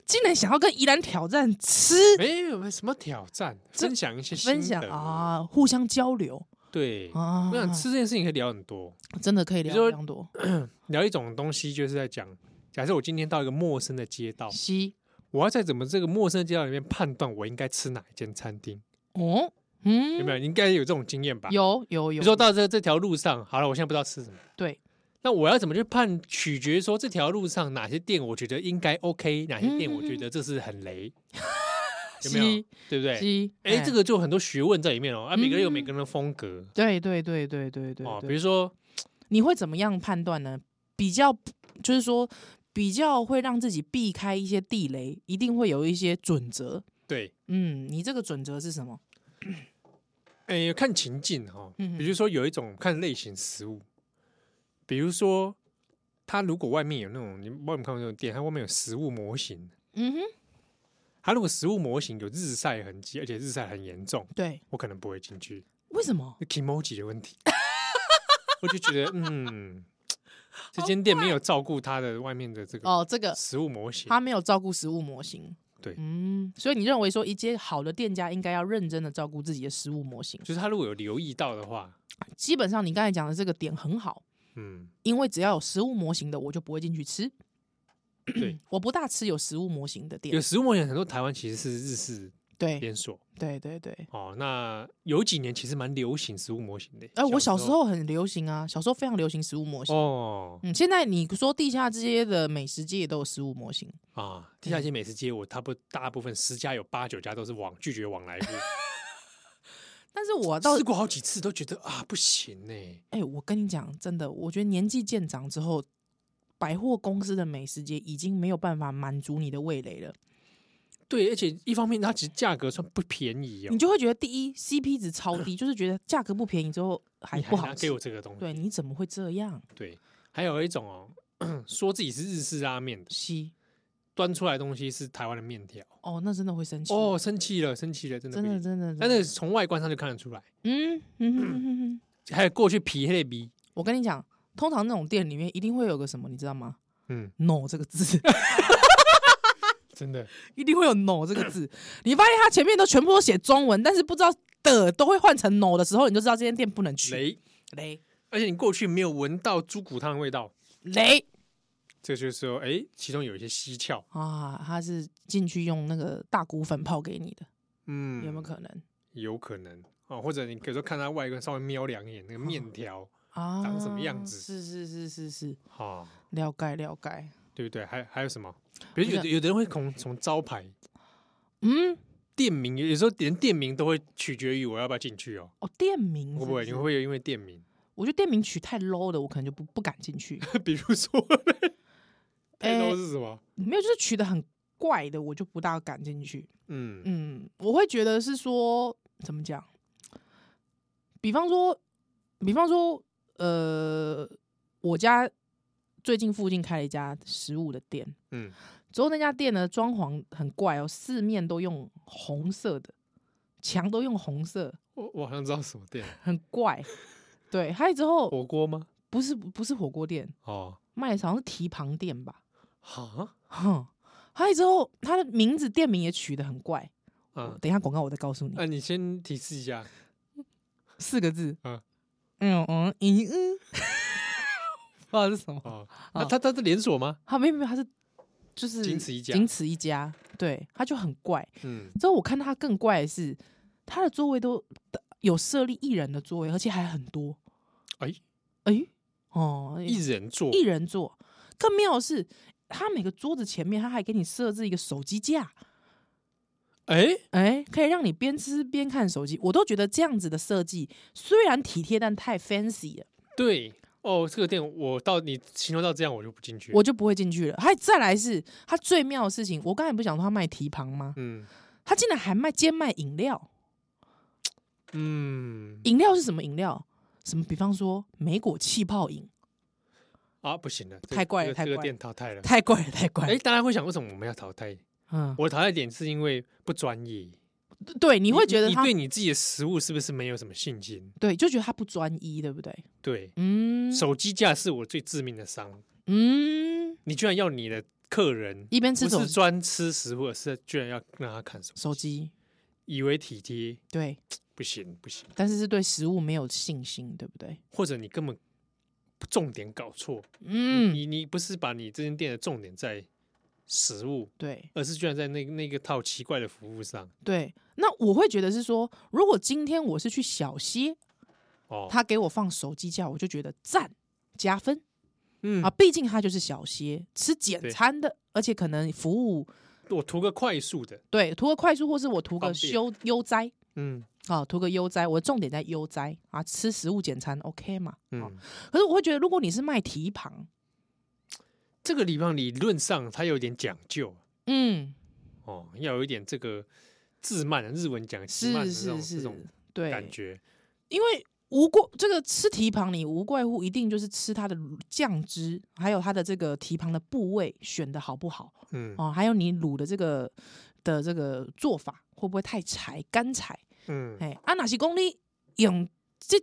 B: 竟然想要跟宜兰挑战吃
A: 没有没什么挑战，
B: 这
A: 分享一些心
B: 分享
A: 得，
B: 啊，互相交流
A: 对。
B: 啊，
A: 我想吃这件事情可以聊很多，
B: 真的可以
A: 你
B: 聊
A: 说
B: 非常多。
A: 聊一种东西就是在讲，假设我今天到一个陌生的街道，
B: 西
A: 我要在怎么这个陌生的街道里面判断我应该吃哪一间餐厅，
B: 哦，嗯，
A: 有没有？你应该有这种经验吧？
B: 有有有，
A: 你说到这这条路上，好了，我现在不知道吃什么，
B: 对，
A: 那我要怎么去判？取决于说这条路上哪些店我觉得应该 OK，哪些店我
B: 嗯
A: 觉得这是很 雷，有没有
B: 西？
A: 对不对？
B: 西，
A: 哎、这个就很多学问在里面哦。啊，每个人有每个人的风格、
B: 对对对对对嗯对
A: 哦，比
B: 对
A: 如说，
B: 你会怎么样判断呢？比较就是说，比较会让自己避开一些地雷，一定会有一些准则。
A: 对，
B: 嗯，你这个准则是什么？
A: 哎、看情境哦。
B: 嗯哼
A: 比如说有一种看类型食物，比如说，它如果外面有那种，你们不知道你们看过那种店，它外面有食物模型，
B: 嗯哼，
A: 它如果食物模型有日晒痕迹，而且日晒很严重，
B: 对，
A: 我可能不会进去。
B: 为什么？
A: k i m o j i 的问题， 我就觉得嗯，这间店没有照顾它的外面的这个
B: 哦，这个
A: 食物模型，
B: 他没有照顾食物模型。
A: 对
B: 嗯，所以你认为说一些好的店家应该要认真的照顾自己的食物模型。
A: 就是他如果有留意到的话，
B: 基本上你刚才讲的这个点很好，
A: 嗯，
B: 因为只要有食物模型的，我就不会进去吃。
A: 对，
B: 我不大吃有食物模型的
A: 有
B: 店。
A: 食物模型很多台湾其实是日式
B: 对
A: 连锁
B: 对对对，
A: 哦，那有几年其实蛮流行食物模型的。
B: 哎、我小时候很流行啊，小时候非常流行食物模型。
A: 哦
B: 嗯，现在你说地下街的美食街也都有食物模型，
A: 啊，地下街美食街，我差不多大部分十家有八九家都是往拒绝往来户，
B: 但是我啊到
A: 试过好几次都觉得啊不行呢、
B: 哎、我跟你讲，真的，我觉得年纪渐长之后，百货公司的美食街已经没有办法满足你的味蕾了，
A: 对，而且一方面它其实价格算不便宜哦
B: 你，就会觉得第一 CP 值超低，就是觉得价格不便宜之后还
A: 你
B: 不好
A: 拿
B: 吃
A: 给。我这个东西，
B: 对，你怎么会这样？
A: 对，还有一种哦， 说自己是日式拉面的，
B: 西
A: 端出来的东西是台湾的面条，
B: 哦，那真的会生气
A: 哦，生气了，生气了，真的
B: 真
A: 不
B: 的
A: 行。
B: 真的，真
A: 但
B: 的
A: 是从外观上就看得出来，
B: 嗯嗯哼哼哼哼，
A: 还有过去皮黑的逼，
B: 我跟你讲，通常那种店里面一定会有个什么，你知道吗
A: 嗯，
B: ？no 这个字。
A: 真的，
B: 一定会有 “no” 这个字。你发现它前面都全部都写中文，但是不知道的都会换成 “no” 的时候，你就知道这间店不能去。
A: 雷，
B: 雷
A: 而且你过去没有闻到猪骨汤的味道，
B: 雷
A: 这就是说，哎，其中有一些蹊跷，
B: 啊！他是进去用那个大骨粉泡给你的，
A: 嗯，
B: 有没有可能
A: 有可能哦，或者你比如说看它外观稍微瞄两眼，那个面条
B: 啊？
A: 长什么样子
B: 是是是是是，
A: 啊，
B: 了解了解。
A: 对不对？还还有什么？比如
B: 我
A: 有
B: 想
A: 的有的人会从从招牌
B: 嗯，
A: 店名，有时候连店名都会取决于我要不要进去哦。
B: 哦，店名
A: 会不会？你
B: 是
A: 会
B: 不
A: 不
B: 是
A: 会因为店名？
B: 我觉得店名取太 low 的，我可能就不不敢进去。
A: 比如说， 太 low
B: 呃
A: 是什么？
B: 没有，就是取的很怪的，我就不大敢进去。
A: 嗯，
B: 嗯，我会觉得是说怎么讲？比方说，比方说，呃，我家最近附近开了一家食物的店，
A: 嗯，
B: 之后那家店呢，装潢很怪哦，四面都用红色的，墙都用红色，
A: 我我好像知道什么店，
B: 很怪。对，还有之后
A: 火锅吗？
B: 不是不是火锅店，
A: 哦，
B: 卖的好像是蹄膀店吧，
A: 哈，
B: 哼。还有之后，它的名字店名也取得很怪。
A: 啊，
B: 等一下广告我再告诉你。
A: 那你先提示一下，
B: 四个字，
A: 嗯
B: 嗯嗯嗯嗯，嗯 不知道是什么。
A: 哦，那他他是连锁吗？
B: 他没有没有，他是就是
A: 仅此一家
B: 仅此一家。对，他就很怪。
A: 嗯，
B: 之后我看他更怪的是，他的座位都有设立一人的座位，而且还很多。
A: 哎
B: 哎、哦，
A: 一人座，
B: 一人座。更妙的是，他每个桌子前面他还给你设置一个手机架，
A: 哎，
B: 哎、可以让你边吃边看手机。我都觉得这样子的设计虽然体贴，但太 fancy 了。
A: 对，哦，这个店我到你形容到这样，我就不进去，
B: 我，就不会进去了。还再来是他最妙的事情，我刚才不是讲说他卖蹄膀吗？
A: 嗯
B: 他竟然还卖兼卖饮料，
A: 嗯，
B: 饮料是什么饮料？什么？比方说莓果气泡饮，
A: 啊，不行了，这个
B: 太怪了
A: 这个
B: 太
A: 这个
B: 怪
A: 店淘汰了。
B: 太怪了，太怪了。
A: 哎，大家会想为什么我们要淘汰？
B: 嗯，
A: 我讨厌点是因为不专业，
B: 对，你会觉得
A: 你
B: 他
A: 对你自己的食物是不是没有什么信心？
B: 对，就觉得他不专一，对不对？
A: 对，
B: 嗯，
A: 手机架是我最致命的伤。
B: 嗯，
A: 你居然要你的客人
B: 一边吃
A: 不
B: 手
A: 是专吃食物，而是居然要让他看手机，
B: 手机，
A: 以为体贴，
B: 对，
A: 不行不行。
B: 但是是对食物没有信心，对不对？
A: 或者你根本重点搞错，嗯，
B: 嗯，
A: 你你不是把你这间店的重点在食物，
B: 对
A: 而是居然在那那个套奇怪的服务上
B: 对。那我会觉得是说，如果今天我是去小歇，
A: 哦。
B: 他给我放手机架，我就觉得赞加分。
A: 嗯
B: 啊，，毕竟它就是小歇，吃简
A: 对
B: 餐的，而且可能服务
A: 我图个快速的，
B: 对图个快速，或是我图个
A: 方便
B: 悠悠哉
A: 嗯
B: 啊，图个悠哉，我的重点在悠哉啊，吃食物简餐 OK 嘛？嗯、
A: 嗯，
B: 可是我会觉得，如果你是卖蹄膀，
A: 这个地方理论上它有点讲究
B: 嗯，
A: 哦，要有一点这个自慢的日文讲自慢
B: 是
A: 的这种这
B: 是
A: 种
B: 是，对，
A: 感觉，
B: 因为无过这个吃蹄膀，你无怪乎一定就是吃它的酱汁，还有它的这个蹄膀的部位选的好不好
A: 嗯
B: 哦、还有你卤的这个的这个做法会不会太柴干柴？
A: 嗯
B: 哎，啊，哪是讲你用这，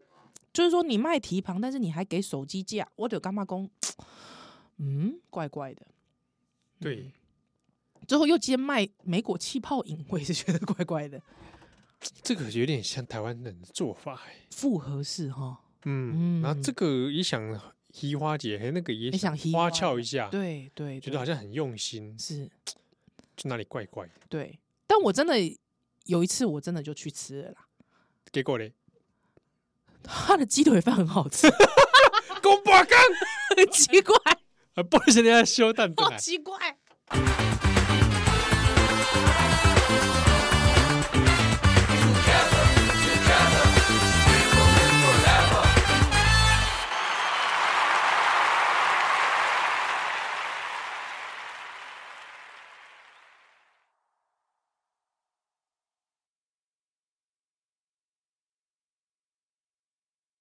B: 就是说你卖蹄膀，但是你还给手机架，我就干嘛讲？嗯，怪怪的。嗯
A: 对，
B: 最后又接卖梅果气泡饮，我也是觉得怪怪的，
A: 这个有点像台湾人的做法欸，
B: 复合式哈。
A: 嗯，然后
B: 嗯
A: 这个也想移花姐，嘿，那个也
B: 也想移
A: 花
B: 花
A: 俏一下，
B: 对对
A: 觉
B: 对
A: 得，好像很用心，
B: 是，
A: 就哪里怪怪的。
B: 对。但我真的有一次，我真的就去吃了啦，
A: 结果嘞，
B: 他的鸡腿饭很好吃，
A: 公八刚，
B: 很奇怪，
A: 啊不是人家修蛋的
B: 好奇怪。